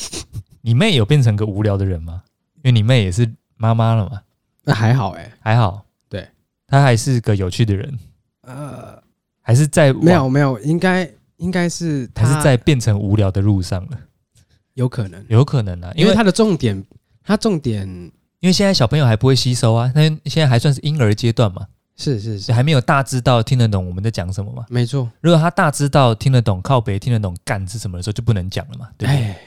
B: 你妹有变成个无聊的人吗？因为你妹也是妈妈了嘛，
A: 那还好哎、
B: 还好，
A: 对，
B: 她还是个有趣的人，
A: 呃
B: 还是在往
A: 没有，没有，应该应该是
B: 还
A: 他
B: 是在变成无聊的路上了，
A: 有可能，
B: 有可能啊，因
A: 因
B: 为
A: 为他的重点，他重点
B: 因为现在小朋友还不会吸收啊，那现在还算是婴儿阶段嘛，
A: 是是是，
B: 还没有大知道听得懂我们在讲什么嘛。
A: 没错，
B: 如果他大知道听得懂靠北，听得懂干是什么的时候，就不能讲了嘛，对不对？
A: 哎，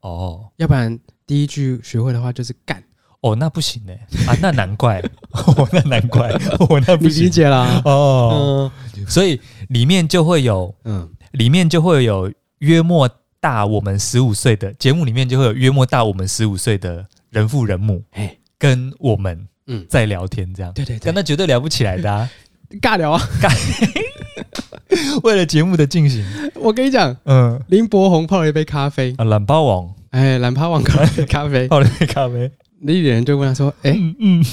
B: 哦
A: 要不然第一句学会的话就是干，
B: 哦，那不行哎、啊，那难怪， 哦，那难怪， 哦，那不
A: 你
B: 行
A: 理。解啦，
B: 哦，
A: 嗯
B: 所以里面就会有，
A: 嗯，
B: 里面就会有约莫大我们十五岁的节目里面就会有约莫大我们十五岁的人父人母
A: 哎，
B: 跟我们
A: 嗯
B: 在聊天这样，
A: 对对对
B: 但，那绝对聊不起来的、啊。
A: 尬聊啊，
B: 为了节目的进行，
A: 我跟你讲，
B: 嗯，
A: 林柏宏泡了一杯咖啡，
B: 啊，懒包王
A: 哎，蓝趴旺咖啡，咖 啡，
B: 泡了一杯咖啡，
A: 李李仁就问他说，哎，
B: 嗯嗯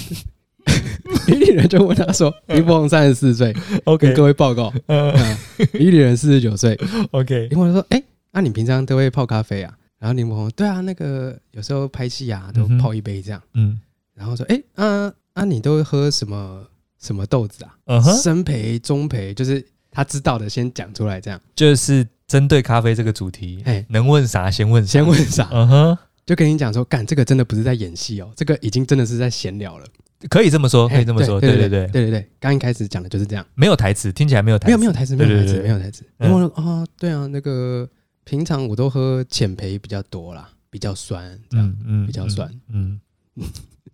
A: 李李仁就问他 说，林柏宏三十四岁，跟
B: ，OK，
A: 各位报告，
B: 嗯
A: 嗯李李仁四十九岁，
B: ，OK，
A: 林柏宏说，哎，那你平常都会泡咖啡啊？然后林柏宏，对啊，那个有时候拍戏啊，都
B: 嗯哼
A: 泡一杯这样。
B: 嗯
A: 然后说，哎、啊啊，你都喝什么什么豆子啊？
B: 嗯哼，
A: 生培、中培，就是他知道的先讲出来，这样
B: 就是针对咖啡这个主题
A: 嘿，
B: 能问啥先问啥
A: 先问啥？
B: 嗯哼，
A: 就跟你讲说，干这个真的不是在演戏哦，这个已经真的是在闲聊了。
B: 可以这么说，哦可以
A: 嘿
B: 这么说，
A: 对
B: 对
A: 对
B: 对，
A: 对对对，刚一开始讲的就是这样，
B: 没有台词，听起来没有台词，
A: 没有没有台词，没有台
B: 对对
A: 词，
B: 对
A: 没有台词。
B: 嗯
A: 然后啊，对啊，那个平常我都喝浅焙比较多啦，比较酸这样。
B: 嗯嗯
A: 比较酸，
B: 嗯，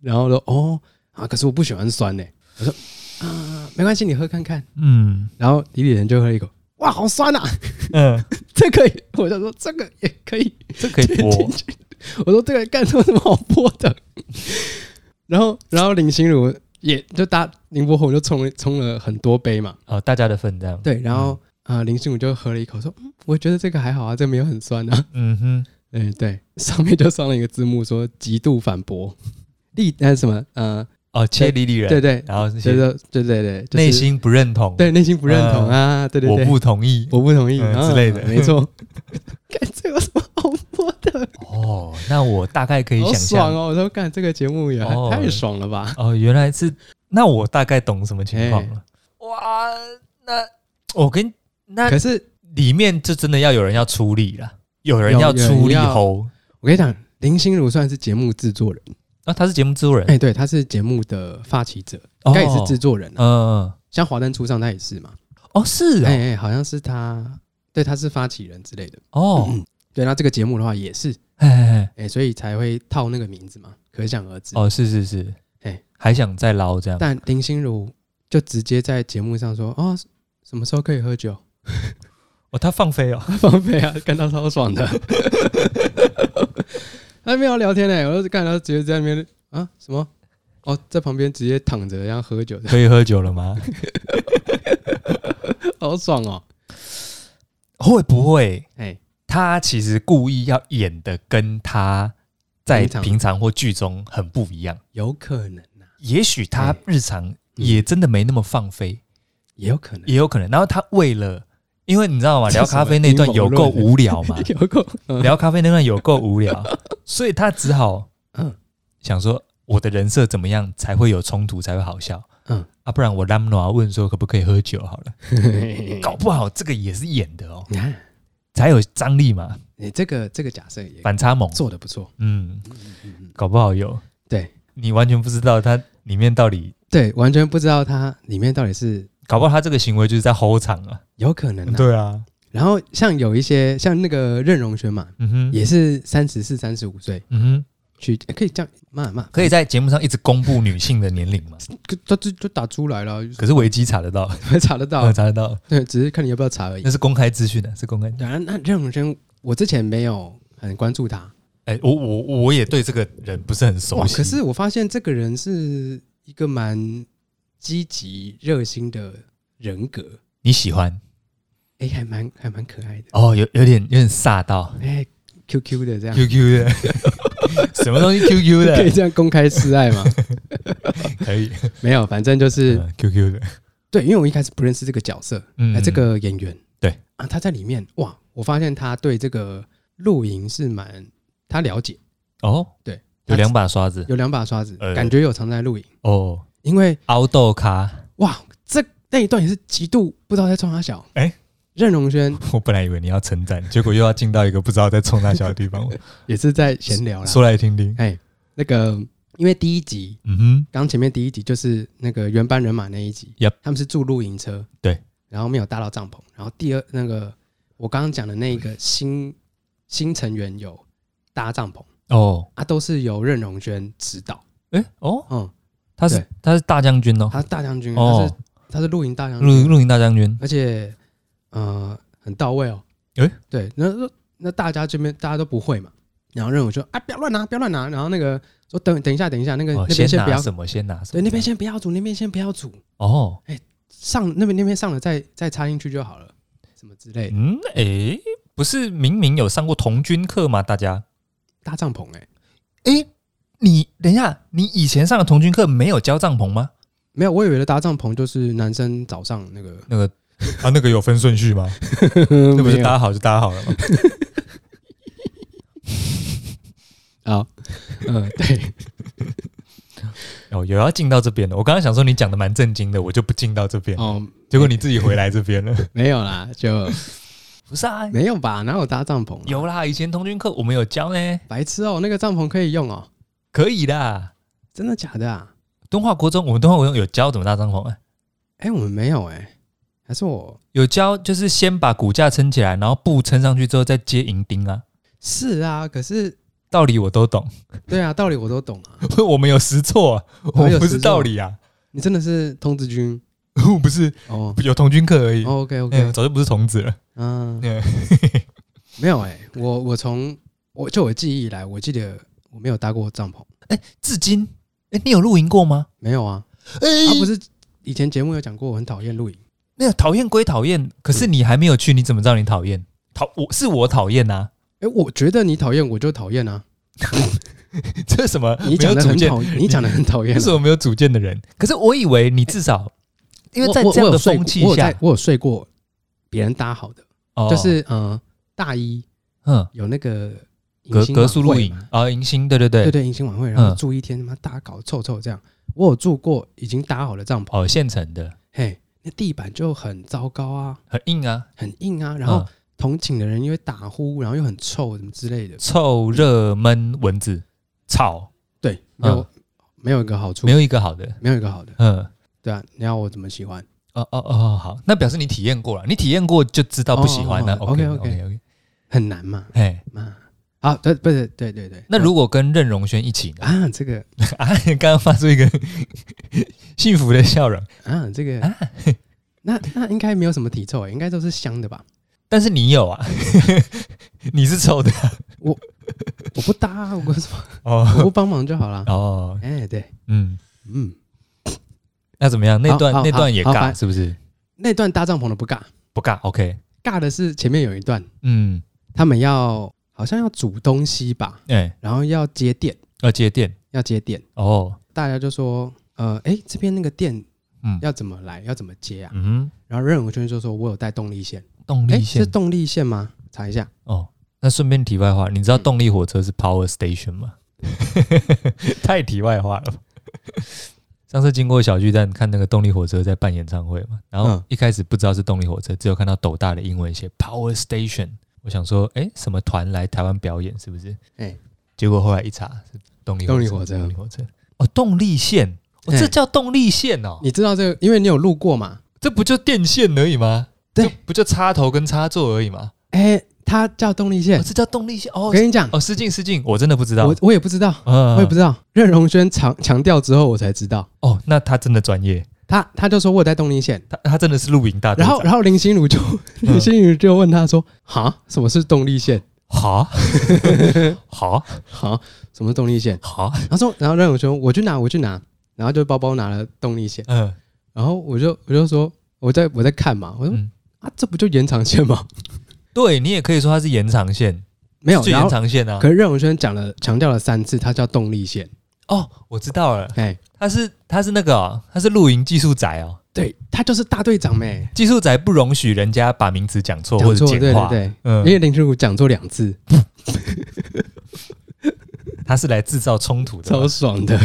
A: 然后说哦啊，可是我不喜欢酸呢、我说啊，没关系，你喝看看。
B: 嗯
A: 然后李李人就喝一口，哇，好酸啊！
B: 嗯嗯，
A: 这可以，我想说这个也可以
B: 这可以播
A: 点进去。
B: 哦
A: 我说这个干有什么好播的？然后，然后林心如也就搭林柏宏就冲了冲了很多杯嘛，
B: 哦，大家的份这样，
A: 对，然后啊、呃林心如就喝了一口，说、嗯、我觉得这个还好啊，这没有很酸啊。
B: 嗯哼，
A: 嗯，对，上面就上了一个字幕说极度反驳， 力那什么呃，
B: 哦，切里里人，
A: 对对，
B: 然后那
A: 对
B: 些
A: 对对对对，就是
B: 内心不认同，
A: 对内心不认同啊，对对
B: 我
A: 对，
B: 不同意，
A: 我不同意、
B: 嗯
A: 啊
B: 之类的
A: 没 错。看这有什么好播的？
B: 哦，那我大概可以
A: 好
B: 想
A: 爽
B: 象，
A: 哦！我说干这个节目也
B: 哦
A: 太爽了吧？
B: 哦，原来是，那我大概懂什么情况了，哇，那我跟那
A: 可是
B: 里面就真的要有人要出力了，有人
A: 有有
B: 要
A: 人
B: 出力
A: 要
B: 吼，
A: 我跟你讲，林心如算是节目制作人，
B: 啊，他是节目制作人
A: 哎、，对，她是节目的发起者，应该也是
B: 哦
A: 制作人、啊。
B: 嗯，
A: 像《华灯初上》，她也是嘛？
B: 哦，是
A: 哎
B: 啊
A: 哎、，好像是她，对，她是发起人之类的。
B: 哦，
A: 对，那这个节目的话也是，
B: 嘿嘿嘿，
A: 哎、所以才会套那个名字嘛，可想而知。
B: 哦，是是是
A: 嘿，
B: 还想再捞这样，
A: 但林心如就直接在节目上说：“哦，什么时候可以喝酒？
B: 哦，他放飞哦，
A: 放飞啊，干到超爽的。” 他没有聊天呢、我就看他直接在那边啊什么哦，在旁边直接躺着然后喝酒，
B: 可以喝酒 了吗？
A: 好爽哦！
B: 会不会
A: 哎，
B: 他其实故意要演的跟他在
A: 平常
B: 平常或剧中很不一样？
A: 有可能啊，
B: 也许他
A: 哎
B: 日常也真的没那么放飞，
A: 也有可能，啊
B: 也有可能。然后他为了，因为你知道吗？
A: 这
B: 聊
A: 什么
B: 咖啡那段
A: 阴谋
B: 有
A: 论
B: 够无聊嘛，
A: 有可 能。
B: 聊咖啡那段有够 无聊，所以他只好
A: 嗯
B: 想说我的人设怎么样才会有冲突，才会好笑。
A: 嗯
B: 啊，不然我拉姆诺问说可不可以喝酒好了，
A: 嗯
B: 搞不好这个也是演的哦，
A: 你看，
B: 才有张力嘛，
A: 啊你这个这个假设也
B: 反差萌。
A: 做的不错。
B: 嗯，搞不好有。
A: 对
B: 你完全不知道他里面到底，
A: 对，完全不知道它里面到底是
B: 搞不好他这个行为就是在吼场啊。
A: 有可能、啊。
B: 对啊，
A: 然后像有一些像那个任容萱嘛，
B: 嗯哼，
A: 也是三十四、三十五岁
B: 嗯哼，
A: 去，诶可以这样骂骂，
B: 可以在节目上一直公布女性的年龄嘛？
A: 可他就就打出来了，
B: 可是维基查得到，
A: 还查得到
B: 嗯， 查得到，
A: 对，只是看你要不要查而已
B: 那。是公开资讯的，是公开。
A: 对啊，那任永轩，我之前没有很关注他，
B: 哎，我我我也对这个人不是很熟
A: 哇，
B: 悉。
A: 可是我发现这个人是一个蛮积极热心的人格，
B: 你喜欢
A: 哎、还蛮还蛮可爱的，
B: 哦，有有点有点飒到
A: 哎、q q 的这样，
B: QQ 的，什么东西 QQ
A: 可以
B: 的，
A: 这样公开示 爱吗？
B: 可以
A: 没有，反正就是
B: 嗯 QQ 的，
A: 对，因为我一开始不认识这个角色，哎、
B: 嗯
A: 这个演员，
B: 对
A: 啊，他在里面哇，我发现他对这个露营是蛮他了解，
B: 哦，
A: 对，
B: 有
A: 他
B: 两把刷子
A: 有两把刷子，
B: 呃
A: 感觉有常在露营，
B: 哦，
A: 因为
B: 凹豆咖。
A: 哇，这那一段也是极度不知道在冲他小，
B: 哎
A: 任容萱
B: 我本来以为你要称赞，结果又要进到一个不知道在冲大小 的地方，
A: 也是在闲聊啦，
B: 说来听听。
A: 哎，那个因为第一集
B: 嗯哼，
A: 刚前面第一集就是那个原班人马那一集
B: Yep
A: 他们是住露营车，
B: 对，
A: 然后没有搭到帐篷，然后第二那个我刚刚讲的那个新新成员有搭帐篷。
B: 哦，
A: 啊，都是由任容萱指导。
B: 哎，哦，
A: 嗯，
B: 他是
A: 对
B: 他是大将军哦，
A: 他是大将军，他
B: 哦
A: 是他是嗯露营大将
B: 露
A: 军，
B: 露营大将军，
A: 而且呃很到位哦。
B: 诶
A: 对，那那那大家这边大家都不会嘛，然后任容萱啊不要乱拿，不要乱拿，然后那个说等等一下，等一下，那个、
B: 哦
A: 那边先不
B: 拿
A: 要，
B: 什么，先拿什么，
A: 对，那边先不要煮，那边先不要煮，
B: 哦，
A: 上那边那边上了再再插进去就好了，什么之类的，
B: 嗯，哎，不是明明有上过童军课吗？大家，
A: 搭帐篷哎、
B: 哎，你等一下，你以前上的童军课没有教帐篷吗？
A: 没有，我以为的搭帐篷就是男生早上那 个，
B: 那个啊，那个有分顺序 吗？
A: 那
B: 那不是搭好就搭好了 吗？
A: 啊？嗯， 对，
B: 哦，有要进到这边的，我刚刚想说你讲的蛮震惊的，我就不进到这边，
A: 哦，
B: 结果你自己回来这边了。
A: 没有啦，就
B: 不是啊，
A: 没有吧？哪有搭帐篷、啊？
B: 有啦，以前童军课我们有教呢，
A: 白痴哦、那个帐篷可以用哦、
B: 可以啦。
A: 真的假的啊？
B: 敦化国中，我们敦化国中有教怎么搭帐篷、欸，
A: 哎、我们没有哎、还是我
B: 有教就是先把骨架撑起来，然后布撑上去之后再接银钉啊，
A: 是啊，可是
B: 道理我都懂，
A: 对啊，道理我都懂啊。
B: 我们有实错啊，我
A: 们有
B: 们不
A: 实
B: 是
A: 错
B: 道理啊，
A: 你真的是童子军
B: 我不是
A: 哦。
B: 有童军课而已，
A: o OK
B: 嗯
A: OK，
B: 早就不是童子了。
A: 嗯，
B: 嗯
A: 没有哎、我我从我就我记忆以来，我记得我没有搭过帐篷，
B: 至今，哎、你有露营过吗？
A: 没有啊。
B: 哎、
A: 啊，不是以前节目有讲过，我很讨厌露营。
B: 那个讨厌归讨厌，可是你还没有去，你怎么知道你讨厌？讨我是我讨厌啊呐、
A: 哎、我觉得你讨厌，我就讨厌啊。
B: 啊， 这是什么
A: 你
B: 没有
A: 讲的
B: 主
A: 很
B: 见？
A: 讨，你讲的很讨厌
B: 这
A: 啊、
B: 是我没有主见的人。可是我以为你至少，因为在
A: 我
B: 这样
A: 我
B: 的
A: 有睡过
B: 风气
A: 我有
B: 下
A: 在，我有睡过别人搭好的，
B: 哦
A: 就是呃大一
B: 嗯，
A: 有那个迎
B: 格
A: 新
B: 格数
A: 晚
B: 露
A: 会
B: 营
A: 嘛
B: 啊，迎新，对对对，
A: 对对，迎新晚会，然后
B: 嗯
A: 住一天，他妈搭搞臭臭这样。我有住过已经搭好的帐篷，
B: 哦，现成的，
A: 嘿，那地板就很糟糕啊，
B: 很硬啊，
A: 很硬啊。然后
B: 嗯
A: 同寝的人因为打呼，然后又很臭，什么之类的。
B: 臭、热、闷、蚊子、草，
A: 对，没有没有一个好处
B: 嗯没，有一个好的。
A: 没有一个好的。
B: 嗯，
A: 对啊，你要我怎么喜欢？
B: 哦哦哦，好，那表示你体验过了，你体验过就知道不喜欢了。
A: 哦哦哦
B: OK
A: OK，OK
B: OK OK，
A: 很难嘛，
B: 哎，
A: 啊，好，对，不是，对对对。
B: 那如果跟任容萱一起 呢？
A: 啊，这个
B: 啊，你刚刚发出一个 幸福的笑容，
A: 啊，这个
B: 啊
A: 那那应该没有什么体臭欸，应该都是香的吧？
B: 但是你有啊， 你是臭的
A: 我不搭啊，我什么我
B: 哦
A: 不帮忙就好啦。
B: 哦，
A: 哎，对，
B: 嗯，
A: 嗯，
B: 那怎么样？那段
A: 好好
B: 那段也
A: 好好
B: 尬
A: 反
B: 是不是？
A: 那段搭帐篷的不尬，
B: 不尬，OK，
A: 尬的是前面有一段，
B: 嗯，
A: 他们要好像要煮东西吧，
B: 哎，
A: 然后要接电，
B: 要接电
A: 要接电，
B: 哦，
A: 大家就说，呃，哎，这边那个电，
B: 嗯
A: 要怎么来，要怎么接啊？
B: 嗯
A: 然后任永轩就说，我有带动力线，
B: 哼，动
A: 哎，
B: 力
A: 是
B: 线
A: 动力线吗？查一下，
B: 哦。那顺便题外话，你
A: 嗯
B: 知道动力火车是 power station 吗？太题外话了吧。上次经过小巨蛋看那个动力火车在办演唱会嘛，然后
A: 嗯
B: 一开始不知道是动力火车，只有看到斗大的英文写 Power Station，我想说，哎，什么团来台湾表演是不是？
A: 哎
B: 结果后来一查是动力
A: 动力火车
B: 动力火车哦，动力线，哦，
A: 哎
B: 这叫动力线哦，
A: 你知道这个，因为你有路过嘛，
B: 这不就电线而已吗？
A: 对
B: 这不就插头跟插座而已吗？
A: 哎，它叫动力
B: 哦，
A: 线，
B: 这叫动力线
A: 我
B: 哦
A: 跟你讲，
B: 哦，失敬失敬，我真的不知道
A: 我，我也不知道，
B: 嗯
A: 我也不知道，任荣轩强强调之后我才知道，
B: 哦，那他真的专业，
A: 他他就说我有带动力线。
B: 他他真的是露营大队
A: 然
B: 长。
A: 后，然后林心如就
B: 嗯
A: 林心如就问他说：“哈，什么是动力线？
B: 哈哈
A: 哈，什么是动力线
B: 哈，？”
A: 然后说，然后任永兄，我去拿，我去拿。然后就包包拿了动力线，
B: 嗯，
A: 然后我就我就说我在我在看嘛，我说、
B: 嗯
A: 啊，这不就延长线吗？
B: 对你也可以说它是延长线，
A: 没有，
B: 是
A: 然
B: 延
A: 后
B: 长线啊
A: 可。是任永轩讲了强调了三次，它叫动力线。
B: 哦，我知道了，
A: 哎，
B: 他是他是那个哦，他是露营技术宅哦，
A: 对，他就是大队长呗，
B: 技术宅不容许人家把名词讲哦错或
A: 讲
B: 者
A: 错对
B: 简
A: 对
B: 化。
A: 对，因
B: 嗯，
A: 为林心如讲错两次，
B: 他是来制造冲突的嘛
A: 超。爽的。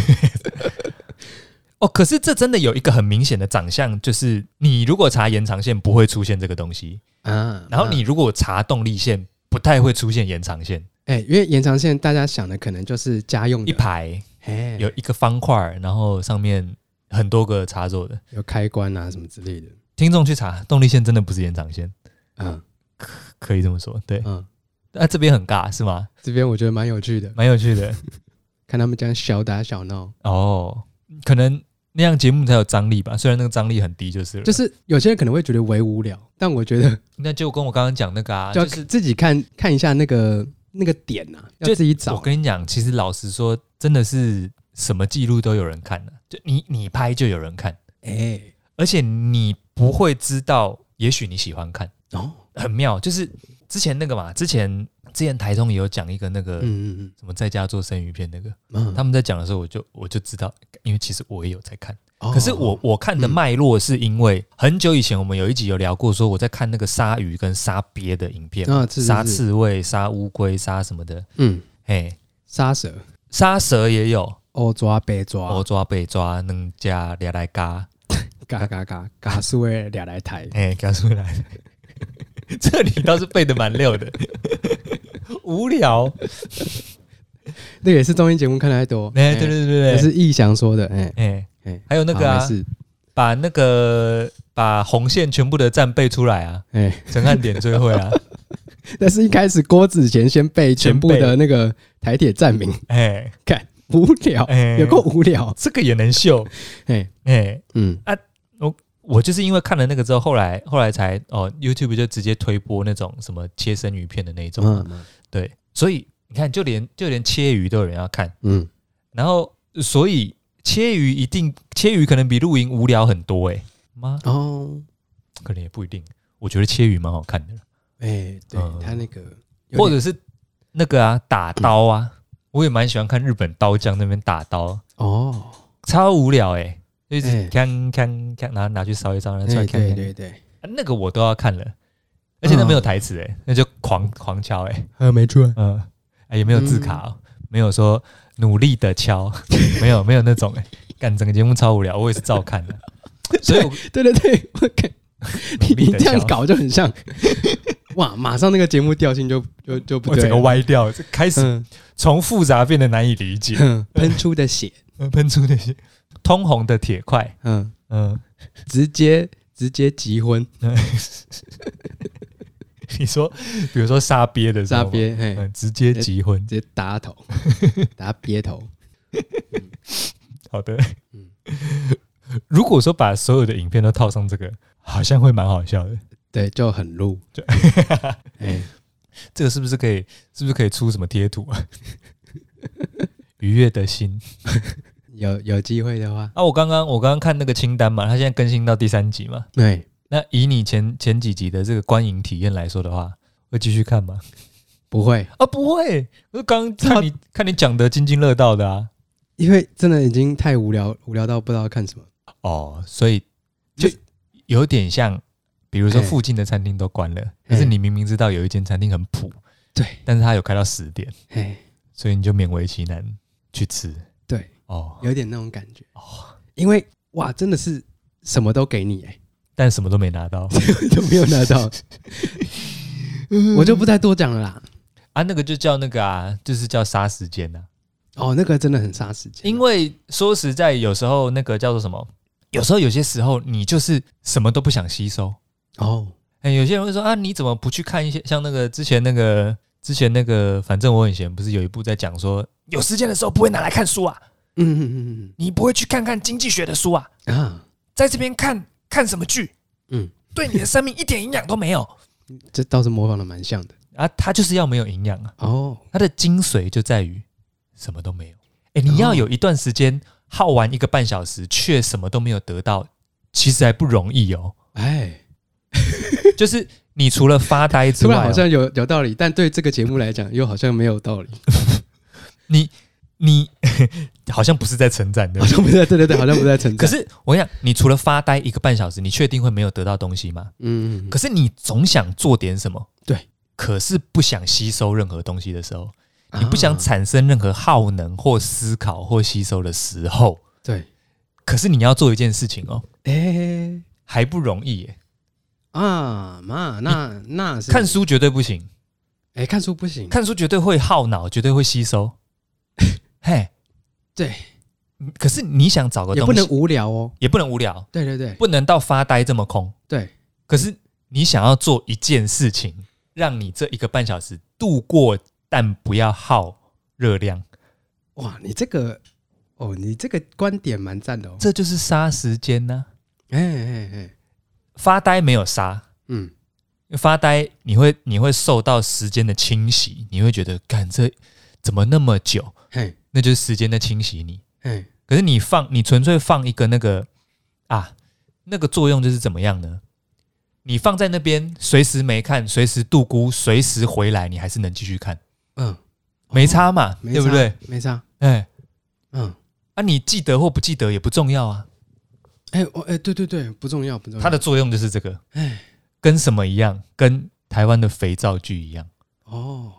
B: 哦，可是这真的有一个很明显的长相，就是你如果查延长线不会出现这个东西，
A: 啊，
B: 然后你
A: 啊
B: 如果查动力线不太会出现延长线，
A: 哎、因为延长线大家想的可能就是家用的
B: 一，排
A: 哎，
B: 有一个方块儿，然后上面很多个插座的。
A: 有开关啊什么之类的，
B: 听众去查，动力线真的不是延长线，
A: 嗯
B: 可以这么说。对，
A: 嗯，
B: 那、这边很尬是吗？
A: 这边我觉得蛮有趣的，
B: 蛮有 趣的
A: 看他们这样小打小闹，
B: 哦，可能那样节目才有张力吧，虽然那个张力很低就是了。
A: 就是有些人可能会觉得为无聊，但我觉得
B: 那就跟我刚刚讲那个啊，
A: 就要
B: 就是
A: 自己看看一下那个那个点呐、啊，要
B: 就
A: 自己
B: 我
A: 找。
B: 跟你讲，其实老实说，真的是什么记录都有人看的、就你你拍就有人看，
A: 哎、
B: 而且你不会知道，也许你喜欢看，
A: 哦，
B: 很妙。就是之前那个嘛，之前之前台中也有讲一个那个、
A: 嗯嗯
B: 什么在家做生鱼片那个，
A: 嗯，
B: 他们在讲的时候，我就我就知道，因为其实我也有在看。
A: 哦
B: 可是我我看的脉络是因为很久以前我们有一集有聊过，说我在看那个鲨鱼跟鲨鳖的影片，
A: 啊，是是
B: 杀
A: 是
B: 刺猬、杀乌龟、杀什么的，
A: 嗯，
B: 嘿，
A: 杀蛇，
B: 杀蛇也有，
A: 哦抓被抓，
B: 我抓被抓，能加俩来嘎，
A: 嘎嘎嘎嘎，是为俩来抬，
B: 哎，加出来， 这里倒是背的蛮溜的， 无聊。
A: 那个也是综艺节目看的太多。
B: 哎、对对对
A: 也
B: 对对，
A: 是易翔说的。哎
B: 哎、
A: 哎，
B: 还有那个啊，
A: 是
B: 把那个把红线全部的站背出来啊，
A: 哎，
B: 陈汉典最会啊，
A: 但是一开始郭子乾先背全部
B: 先背
A: 的那个台铁站名，
B: 哎、
A: 看无聊，
B: 哎
A: 有够无聊。
B: 这个也 能秀，
A: 哎，
B: 哎、
A: 嗯，
B: 我就是因为看了那个之后，后来后来才哦，YouTube 就直接推播那种什么切生鱼片的那种，
A: 嗯
B: 对，所以你看，就连就连切鱼都有人要看，
A: 嗯，
B: 然后所以切鱼一定切鱼可能比露营无聊很多哎、妈
A: 哦，
B: 可能也不一定，我觉得切鱼蛮好看的啦，
A: 哎，对
B: 嗯
A: 他那个有点，
B: 或者是那个啊打刀啊， 我也蛮喜欢看日本刀匠那边打刀，
A: 哦，
B: 超无聊哎、就一直
A: 哎
B: 锵锵锵，然后拿去烧一烧，然后出来
A: 哎
B: 锵
A: 对
B: 锵
A: 对嗯对，
B: 啊那个我都要看了，而且那没有台词哎、那就狂狂敲哎、
A: 还有没出来，
B: 嗯，哎也没有字卡、
A: 嗯
B: 哦，没有说努力的 敲，没有没有那种哎、干整个节目超无聊，我也是照看的，所以我
A: 对对对，我看你
B: 努力
A: 你
B: 的
A: 这样
B: 敲，
A: 搞就很像， 哇，马上那个节目调性就就就不
B: 我
A: 对
B: 整
A: 了，
B: 个歪掉，这开始
A: 嗯，
B: 从复杂变得难以理解，
A: 嗯，喷出的血，
B: 呃喷出那些通红的铁块，
A: 嗯，
B: 嗯，
A: 直接直接急婚
B: 你说比如说杀鳖的时候
A: 杀
B: 吗，
A: 鳖，嘿，
B: 嗯，直接急婚，
A: 直接打 头，打鳖头，
B: 好的
A: 嗯。
B: 如果说把所有的影片都套上这个，好像会蛮好笑的。
A: 对，就很露
B: 就，
A: 哎，
B: 这个是不是可以？是不是可以出什么贴图啊？ 愉悦的心
A: 有有机会的话，
B: 啊！我刚刚我刚刚看那个清单嘛，它现在更新到第三集嘛。
A: 对，
B: 那以你前前几集的这个观影体验来说的话，会继续看吗？
A: 不会，
B: 啊，不会，我刚看你看你讲的津津乐道的啊。
A: 因为真的已经太无聊，无聊到不知道看什么，
B: 哦，所以就
A: 就
B: 有点像，比如说
A: 哎
B: 附近的餐厅都关了，可是你明明知道有一间餐厅很普，
A: 对，
B: 但是它有开到十点，
A: 哎，
B: 所以你就勉为其难去吃。
A: 对，
B: 哦，
A: 有点那种感觉，因为哇，真的是什么都给你，哎，
B: 但什么都没拿到
A: 都没有拿到， 我就不再多讲了啦。
B: 啊，那个就叫那个啊，就是叫杀时间呐、啊。
A: 哦，那个真的很杀时间，
B: 因为说实在，有时候那个叫做什么，有时候有些时候你就是什么都不想吸收。
A: 哦，
B: 哎、有些人会说啊，你怎么不去看一些像那个之前那个之前那个，反正我很闲，不是有一部在讲说，有时间的时候不会拿来看书啊，
A: 嗯嗯
B: 你不会去看看经济学的书啊，
A: 嗯嗯啊，
B: 在这边看看什么剧，
A: 嗯，
B: 对你的生命一点营养都没有
A: 这倒是模仿的蛮像的
B: 啊。他就是要没有营养啊，
A: 哦，
B: 它的精髓就在于什么都没有。哎、你
A: 哦
B: 要有一段时间耗完一个半小时，却什么都没有得到，其实还不容易哦。
A: 哎，啊
B: 就是你除了发呆 之
A: 突
B: 外
A: 然
B: 哦、
A: 好像有有道理，但对这个节目来讲又好像没有道理，
B: 你你 好像不是在称赞的
A: 好。像不在，对对对，好像不在成
B: 可
A: 长。
B: 是我跟你讲，你除了发呆一个半小时，你确定会没有得到东西吗？
A: 嗯，嗯嗯
B: 可是你总想做点什么，
A: 对，
B: 可是不想吸收任何东西的时候，你不想
A: 啊
B: 产生任何耗能或思考或吸收的时候，
A: 对，
B: 可是你要做一件事情哦，
A: 哎
B: 还不容易耶。
A: 啊妈，那那是
B: 看书绝对不行，
A: 哎看书不行，
B: 看书绝对会耗脑，绝对会 吸收。嘿，
A: 对，
B: 可是你想找个
A: 也
B: 东
A: 不
B: 西，
A: 能无聊哦，
B: 也不能无聊，
A: 对对对
B: 不能到发呆这么空。
A: 对，
B: 可是你想要做一件事情，让你这一个半小时度过，但不要耗热量，
A: 哇，你这个哦，你这个观点蛮赞的哦，
B: 这就是杀时间呢、
A: 哎哎哎，
B: 发呆没有杀，
A: 嗯，
B: 发呆，你会你会受到时间的侵袭，你会觉得，干这怎么那么久？
A: 嘿
B: 那就是时间在侵袭你。
A: 嘿，
B: 可是你放，你纯粹放一个那个啊，那个作用就是怎么样呢？你放在那边，随时没看，随时度估，随时回来，你还是能继续看，
A: 嗯，
B: 没差嘛，
A: 没
B: 对不
A: 差
B: 对？？
A: 没差，
B: 哎，
A: 嗯，
B: 啊，你记得或不记得也不重要啊，
A: 哎我哎对对对，不重要不重要，
B: 它的作用就是这个，
A: 哎
B: 跟什么一样？跟台湾的肥皂剧一样。
A: 哦，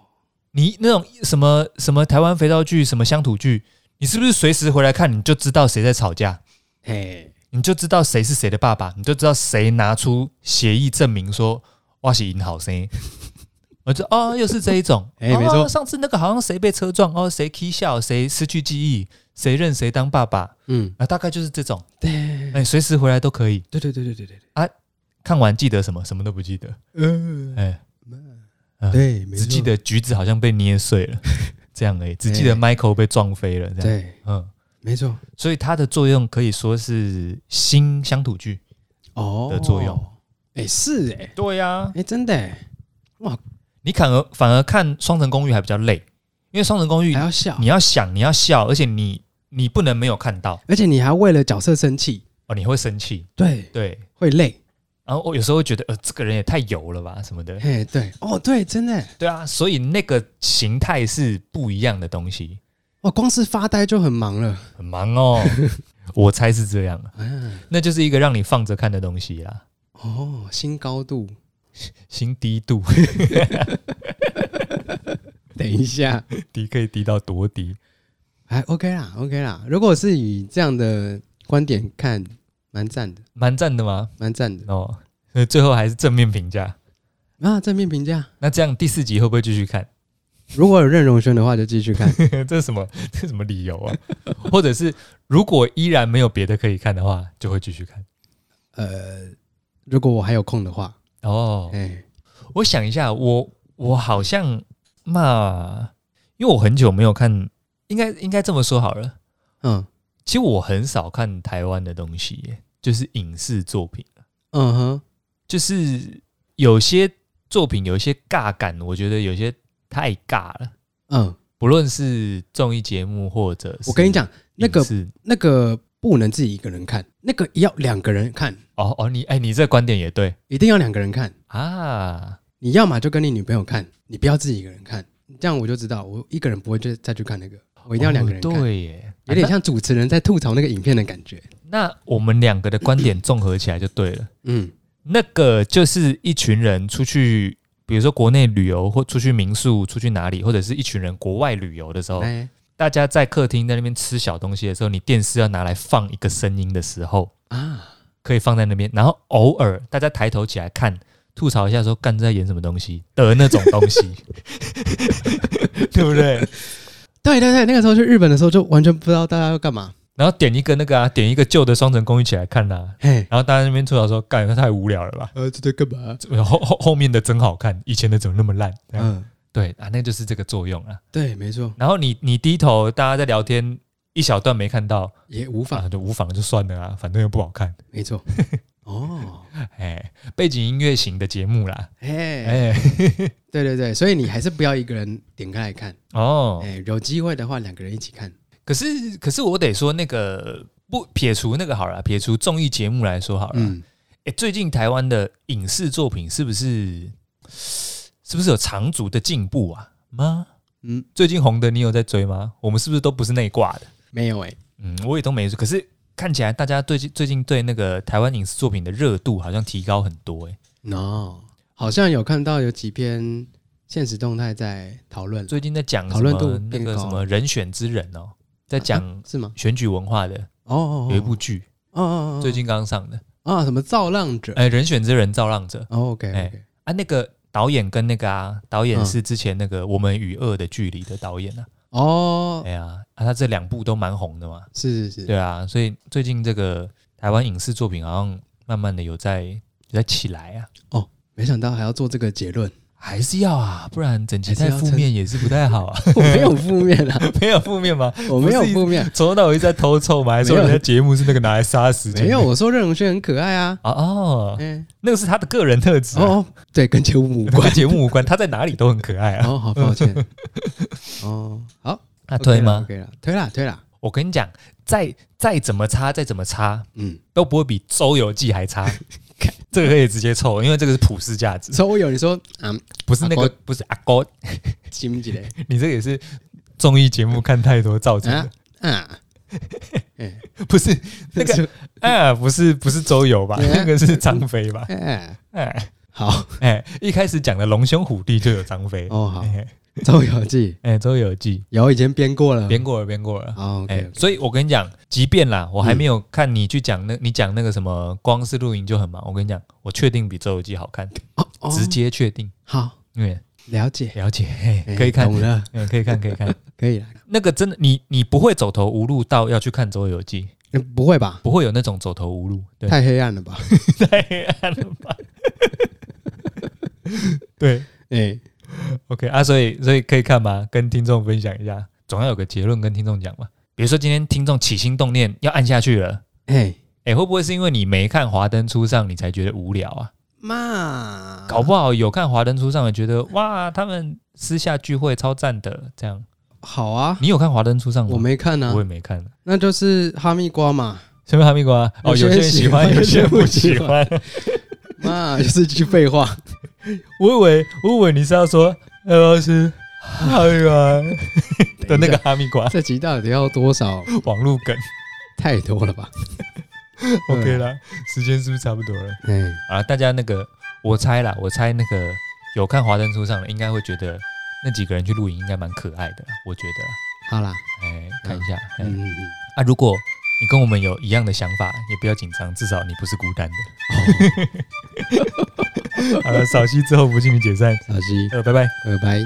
B: 你那种什么什么台湾肥皂剧、什么乡土剧，你是不是随时回来看你就知道谁在吵架，
A: 嘿
B: 你就知道谁是谁的爸爸，你就知道谁拿出协议证明说哇是银好声。 我就哦，又是这一种，
A: 哎没
B: 哦
A: 错
B: 上次那个好像谁被车撞，哦，谁踢笑，谁失去记忆，谁认谁当爸爸，
A: 嗯，
B: 啊，大概就是这种。
A: 对，
B: 那你随时回来都可以，
A: 对对对对对对
B: 看完记得什么，什么都不记得，
A: 对，嗯，
B: 哎，啊
A: 对，没
B: 只
A: 错
B: 记得橘子好像被捏碎了， 这样而已，只记得
A: 哎
B: Michael 被撞飞了，这样，
A: 对，
B: 嗯，
A: 没错，
B: 所以它的作用可以说是新乡土剧。
A: 哦
B: 的作用，
A: 哎，是哎，
B: 对呀、啊，
A: 哎，真的哎，
B: 你反而反而看《双城公寓》还比较累，因为《双城公寓
A: 还》要笑
B: 你，要想，你要笑，而且你你不能没有看到
A: 而且你还为了角色生气，
B: 哦，你会生气，
A: 对，
B: 对。
A: 会累，
B: 然后我有时候会觉得，呃，这个人也太油了吧，什么的，
A: 嘿，对，哦，对，真的，
B: 对啊，所以那个形态是不一样的东西，
A: 哦，光是发呆就很忙了，
B: 很 忙哦。我猜是这样啊，
A: 嗯，
B: 那就是一个让你放着看的东西啦，
A: 哦，新高度，
B: 新低度，
A: 等一下，
B: 低可以低到多低？
A: 还 OK 啦，OK 啦。如果是以这样的观点看，蛮赞的，
B: 蛮赞的吗？
A: 蛮赞的
B: 哦，所以最后还是正面评价。
A: 啊。正面评价，
B: 那这样第四集会不会继续看？
A: 如果有任容轩的话，就继续看。
B: 这是什么？这是什么理由啊？ 或者是如果依然没有别的可以看的话，就会继续看。
A: 呃，如果我还有空的话，
B: 哦
A: 哎、，
B: 我想一下，我我好像嘛，因为我很久没有看，应该应该这么说好了。
A: 嗯
B: 其实我很少看台湾的东西耶，就是影视作品，
A: 嗯哼，
B: 就是有些作品有一些尬感，我觉得有些太尬了。
A: 嗯，
B: 不论是综艺节目或者是
A: 我跟你讲，那个
B: 是
A: 那个不能自己一个人看，那个要两个人看，
B: 哦哦，你哎、你这观点也对
A: 一定要两个人看。
B: 啊，
A: 你要么就跟你女朋友看，你不要自己一个人看，这样我就知道，我一个人不会再再去看那个，我
B: 我
A: 一定要两个人看，
B: 哦对耶，啊
A: 有点像主持人在吐槽那个影片的感觉。
B: 那。那我们两个的观点综合起来就对了。
A: 嗯，
B: 那个就是一群人出去，比如说国内旅游或出去民宿、出去哪里，或者是一群人国外旅游的时候，
A: 哎
B: 大家在客厅在那边吃小东西的时候，你电视要拿来放一个声音的时候，
A: 啊，
B: 可以放在那边，然后偶尔大家抬头起来看，吐槽一下说干这在演什么东西的那种东西， 对不对？
A: 对对对，那个时候去日本的时候就完全不知道大家要干嘛。
B: 然后点一个那个啊，点一个旧的双层公寓起来看啦、
A: 嘿，
B: 然后大家在那边吐槽说干太无聊了吧，
A: 呃，这在干嘛？
B: 后后后面的真好看，以前的怎么那么烂？这样
A: 嗯，
B: 对啊，那就是这个作用啊。
A: 对，没错，
B: 然后你你低头，大家在聊天，一小段没看到，
A: 也无
B: 啊，
A: 妨，
B: 就无妨就算了啊，反正又不好看。
A: 没 错。哦，
B: 哎，背景音乐型的节目啦，
A: 哎，
B: 哎，
A: 对对对，所以你还是不要一个人点开来看，
B: 哦，
A: 哎，有机会的话两个人一起看。
B: 可是，可是我得说，那个不撇除那个好了，撇除综艺节目来说好了。嗯
A: 嗯，
B: 最近台湾的影视作品是不是是不是有长足的进步啊？吗？
A: 嗯
B: 嗯，最近红的你有在追吗？我们是不是都不是内挂的？
A: 没有哎，
B: 嗯，我也都没追。可是看起来大家最近最近对那个台湾影视作品的热度好像提高很多、欸，
A: 啊 no，好像有看到有几篇现实动态在讨论，
B: 最近在讲
A: 讨
B: 什
A: 论度
B: 么那
A: 变
B: 个
A: 高
B: 什么人选之人哦，在讲
A: 啊是吗？
B: 选举文化的
A: 哦哦，哦
B: 有一部剧，
A: 哦哦哦，
B: 最近刚上的，
A: 啊什么造浪者？
B: 哎，人选之人造浪者，
A: 哦，OK
B: 哎
A: OK，
B: 啊，那个导演跟那个啊，导
A: 嗯
B: 演是之前那个《我们与恶的距离》的导演啊。
A: 哦，
B: 哎呀，啊，他这两部都蛮红的嘛。
A: 是是是，
B: 对啊，所以最近这个台湾影视作品好像慢慢的有在有在起来啊，
A: 没想到还要做这个结 论，
B: 还是要啊，不然整期
A: 还是
B: 太
A: 要
B: 负面也是不太 好啊。
A: 我没有负面啊，
B: 没有负面吗？
A: 我没有
B: 不是
A: 负面。
B: 从头到尾一直在偷臭嘛，还说
A: 没有
B: 人家节目是那个拿来杀时间的？
A: 没有，我说任容萱很可爱啊。
B: 啊哦，
A: 嗯、
B: 那个是他的个人特质、啊，
A: 哦，对，跟节目无
B: 跟
A: 关。
B: 节目无关，他在哪里都很可爱啊。
A: 哦，好 抱歉。哦，好，
B: 那推吗？
A: ？OK 了，推啦，推啦。
B: 我跟你讲，再再怎么差，再怎么差，
A: 嗯，
B: 都不会比《周游记》还差。 这个可以直接凑，因为这个是普世价值，
A: 所以我有你说啊，
B: 不是那
A: 阿
B: 个
A: 哥
B: 不是阿哥，
A: 记不记得
B: 你这个也是综艺节目看太多造成
A: 啊
B: 的，
A: 啊？哎
B: 不 是那个
A: 是
B: 啊，不是不是周游吧？
A: 嗯
B: 那个是张飞吧？
A: 哎，
B: 哎
A: 好
B: 哎，一开始讲的龙兄虎弟就有张飞。
A: 哦，好，
B: 哎
A: 《周游记
B: 哎，《周游记》》
A: 有已经编过了。
B: 编过了，编过了。
A: 好，OK，
B: 哎，所以我跟你讲，即便
A: 嗯
B: 啦，我还没有看你去讲那，你讲那个什么，光是露营就很忙。我跟你讲，我确定比《周游记》好看。
A: 哦哦
B: 直接确定，
A: 好
B: 因为
A: 了解，
B: 了解，嘿
A: 哎
B: 可以看
A: 懂，了，
B: 嗯，可以看，可以看。
A: 可以了。
B: 那个真的，你你不会走投无路到要去看《周游记》，
A: 嗯不会吧？
B: 不会有那种走投无路， 对，啊
A: 太黑暗了吧？
B: 太黑暗了吧？ 对
A: 哎，
B: ，OK 啊，所以所以可以看吗？跟听众分享一下，总要有个结论跟听众讲嘛。比如说今天听众起心动念要按下去了，
A: 哎
B: 哎，会不会是因为你没看《华灯初上》，你才觉得无聊啊？
A: 妈，
B: 搞不好有看《华灯初上》的，觉得哇，他们私下聚会超赞的，这样。
A: 好啊，
B: 你有看《华灯初上》吗？
A: 我没看啊
B: 我，也没看。
A: 那就是哈密瓜嘛，
B: 什么哈密瓜？
A: 有
B: 哦，
A: 些
B: 有些
A: 人
B: 人喜欢，
A: 喜欢
B: 有些人不喜
A: 有
B: 欢。
A: 妈，就是一句废 话。
B: 我以为，我以为你是要说呃要不要吃哈密 瓜哎的那个哈密瓜
A: 这集到底要多少？
B: 网路 梗。
A: 太多了吧？
B: OK 啦，时间是不是差不多了？
A: 哎，
B: 啊，大家那个，我猜啦，我猜那个有看《华灯初上》的，应该会觉得那几个人去露营应该蛮可爱的啦，我觉得啦。
A: 好啦，
B: 哎，看一下，哎
A: 嗯，嗯嗯
B: 啊，如果你跟我们有一样的想法，也不要紧张，至少你不是孤单的。哦 好了，扫息之后不敬礼解散，
A: 小西，
B: 呃，拜拜。
A: 拜拜。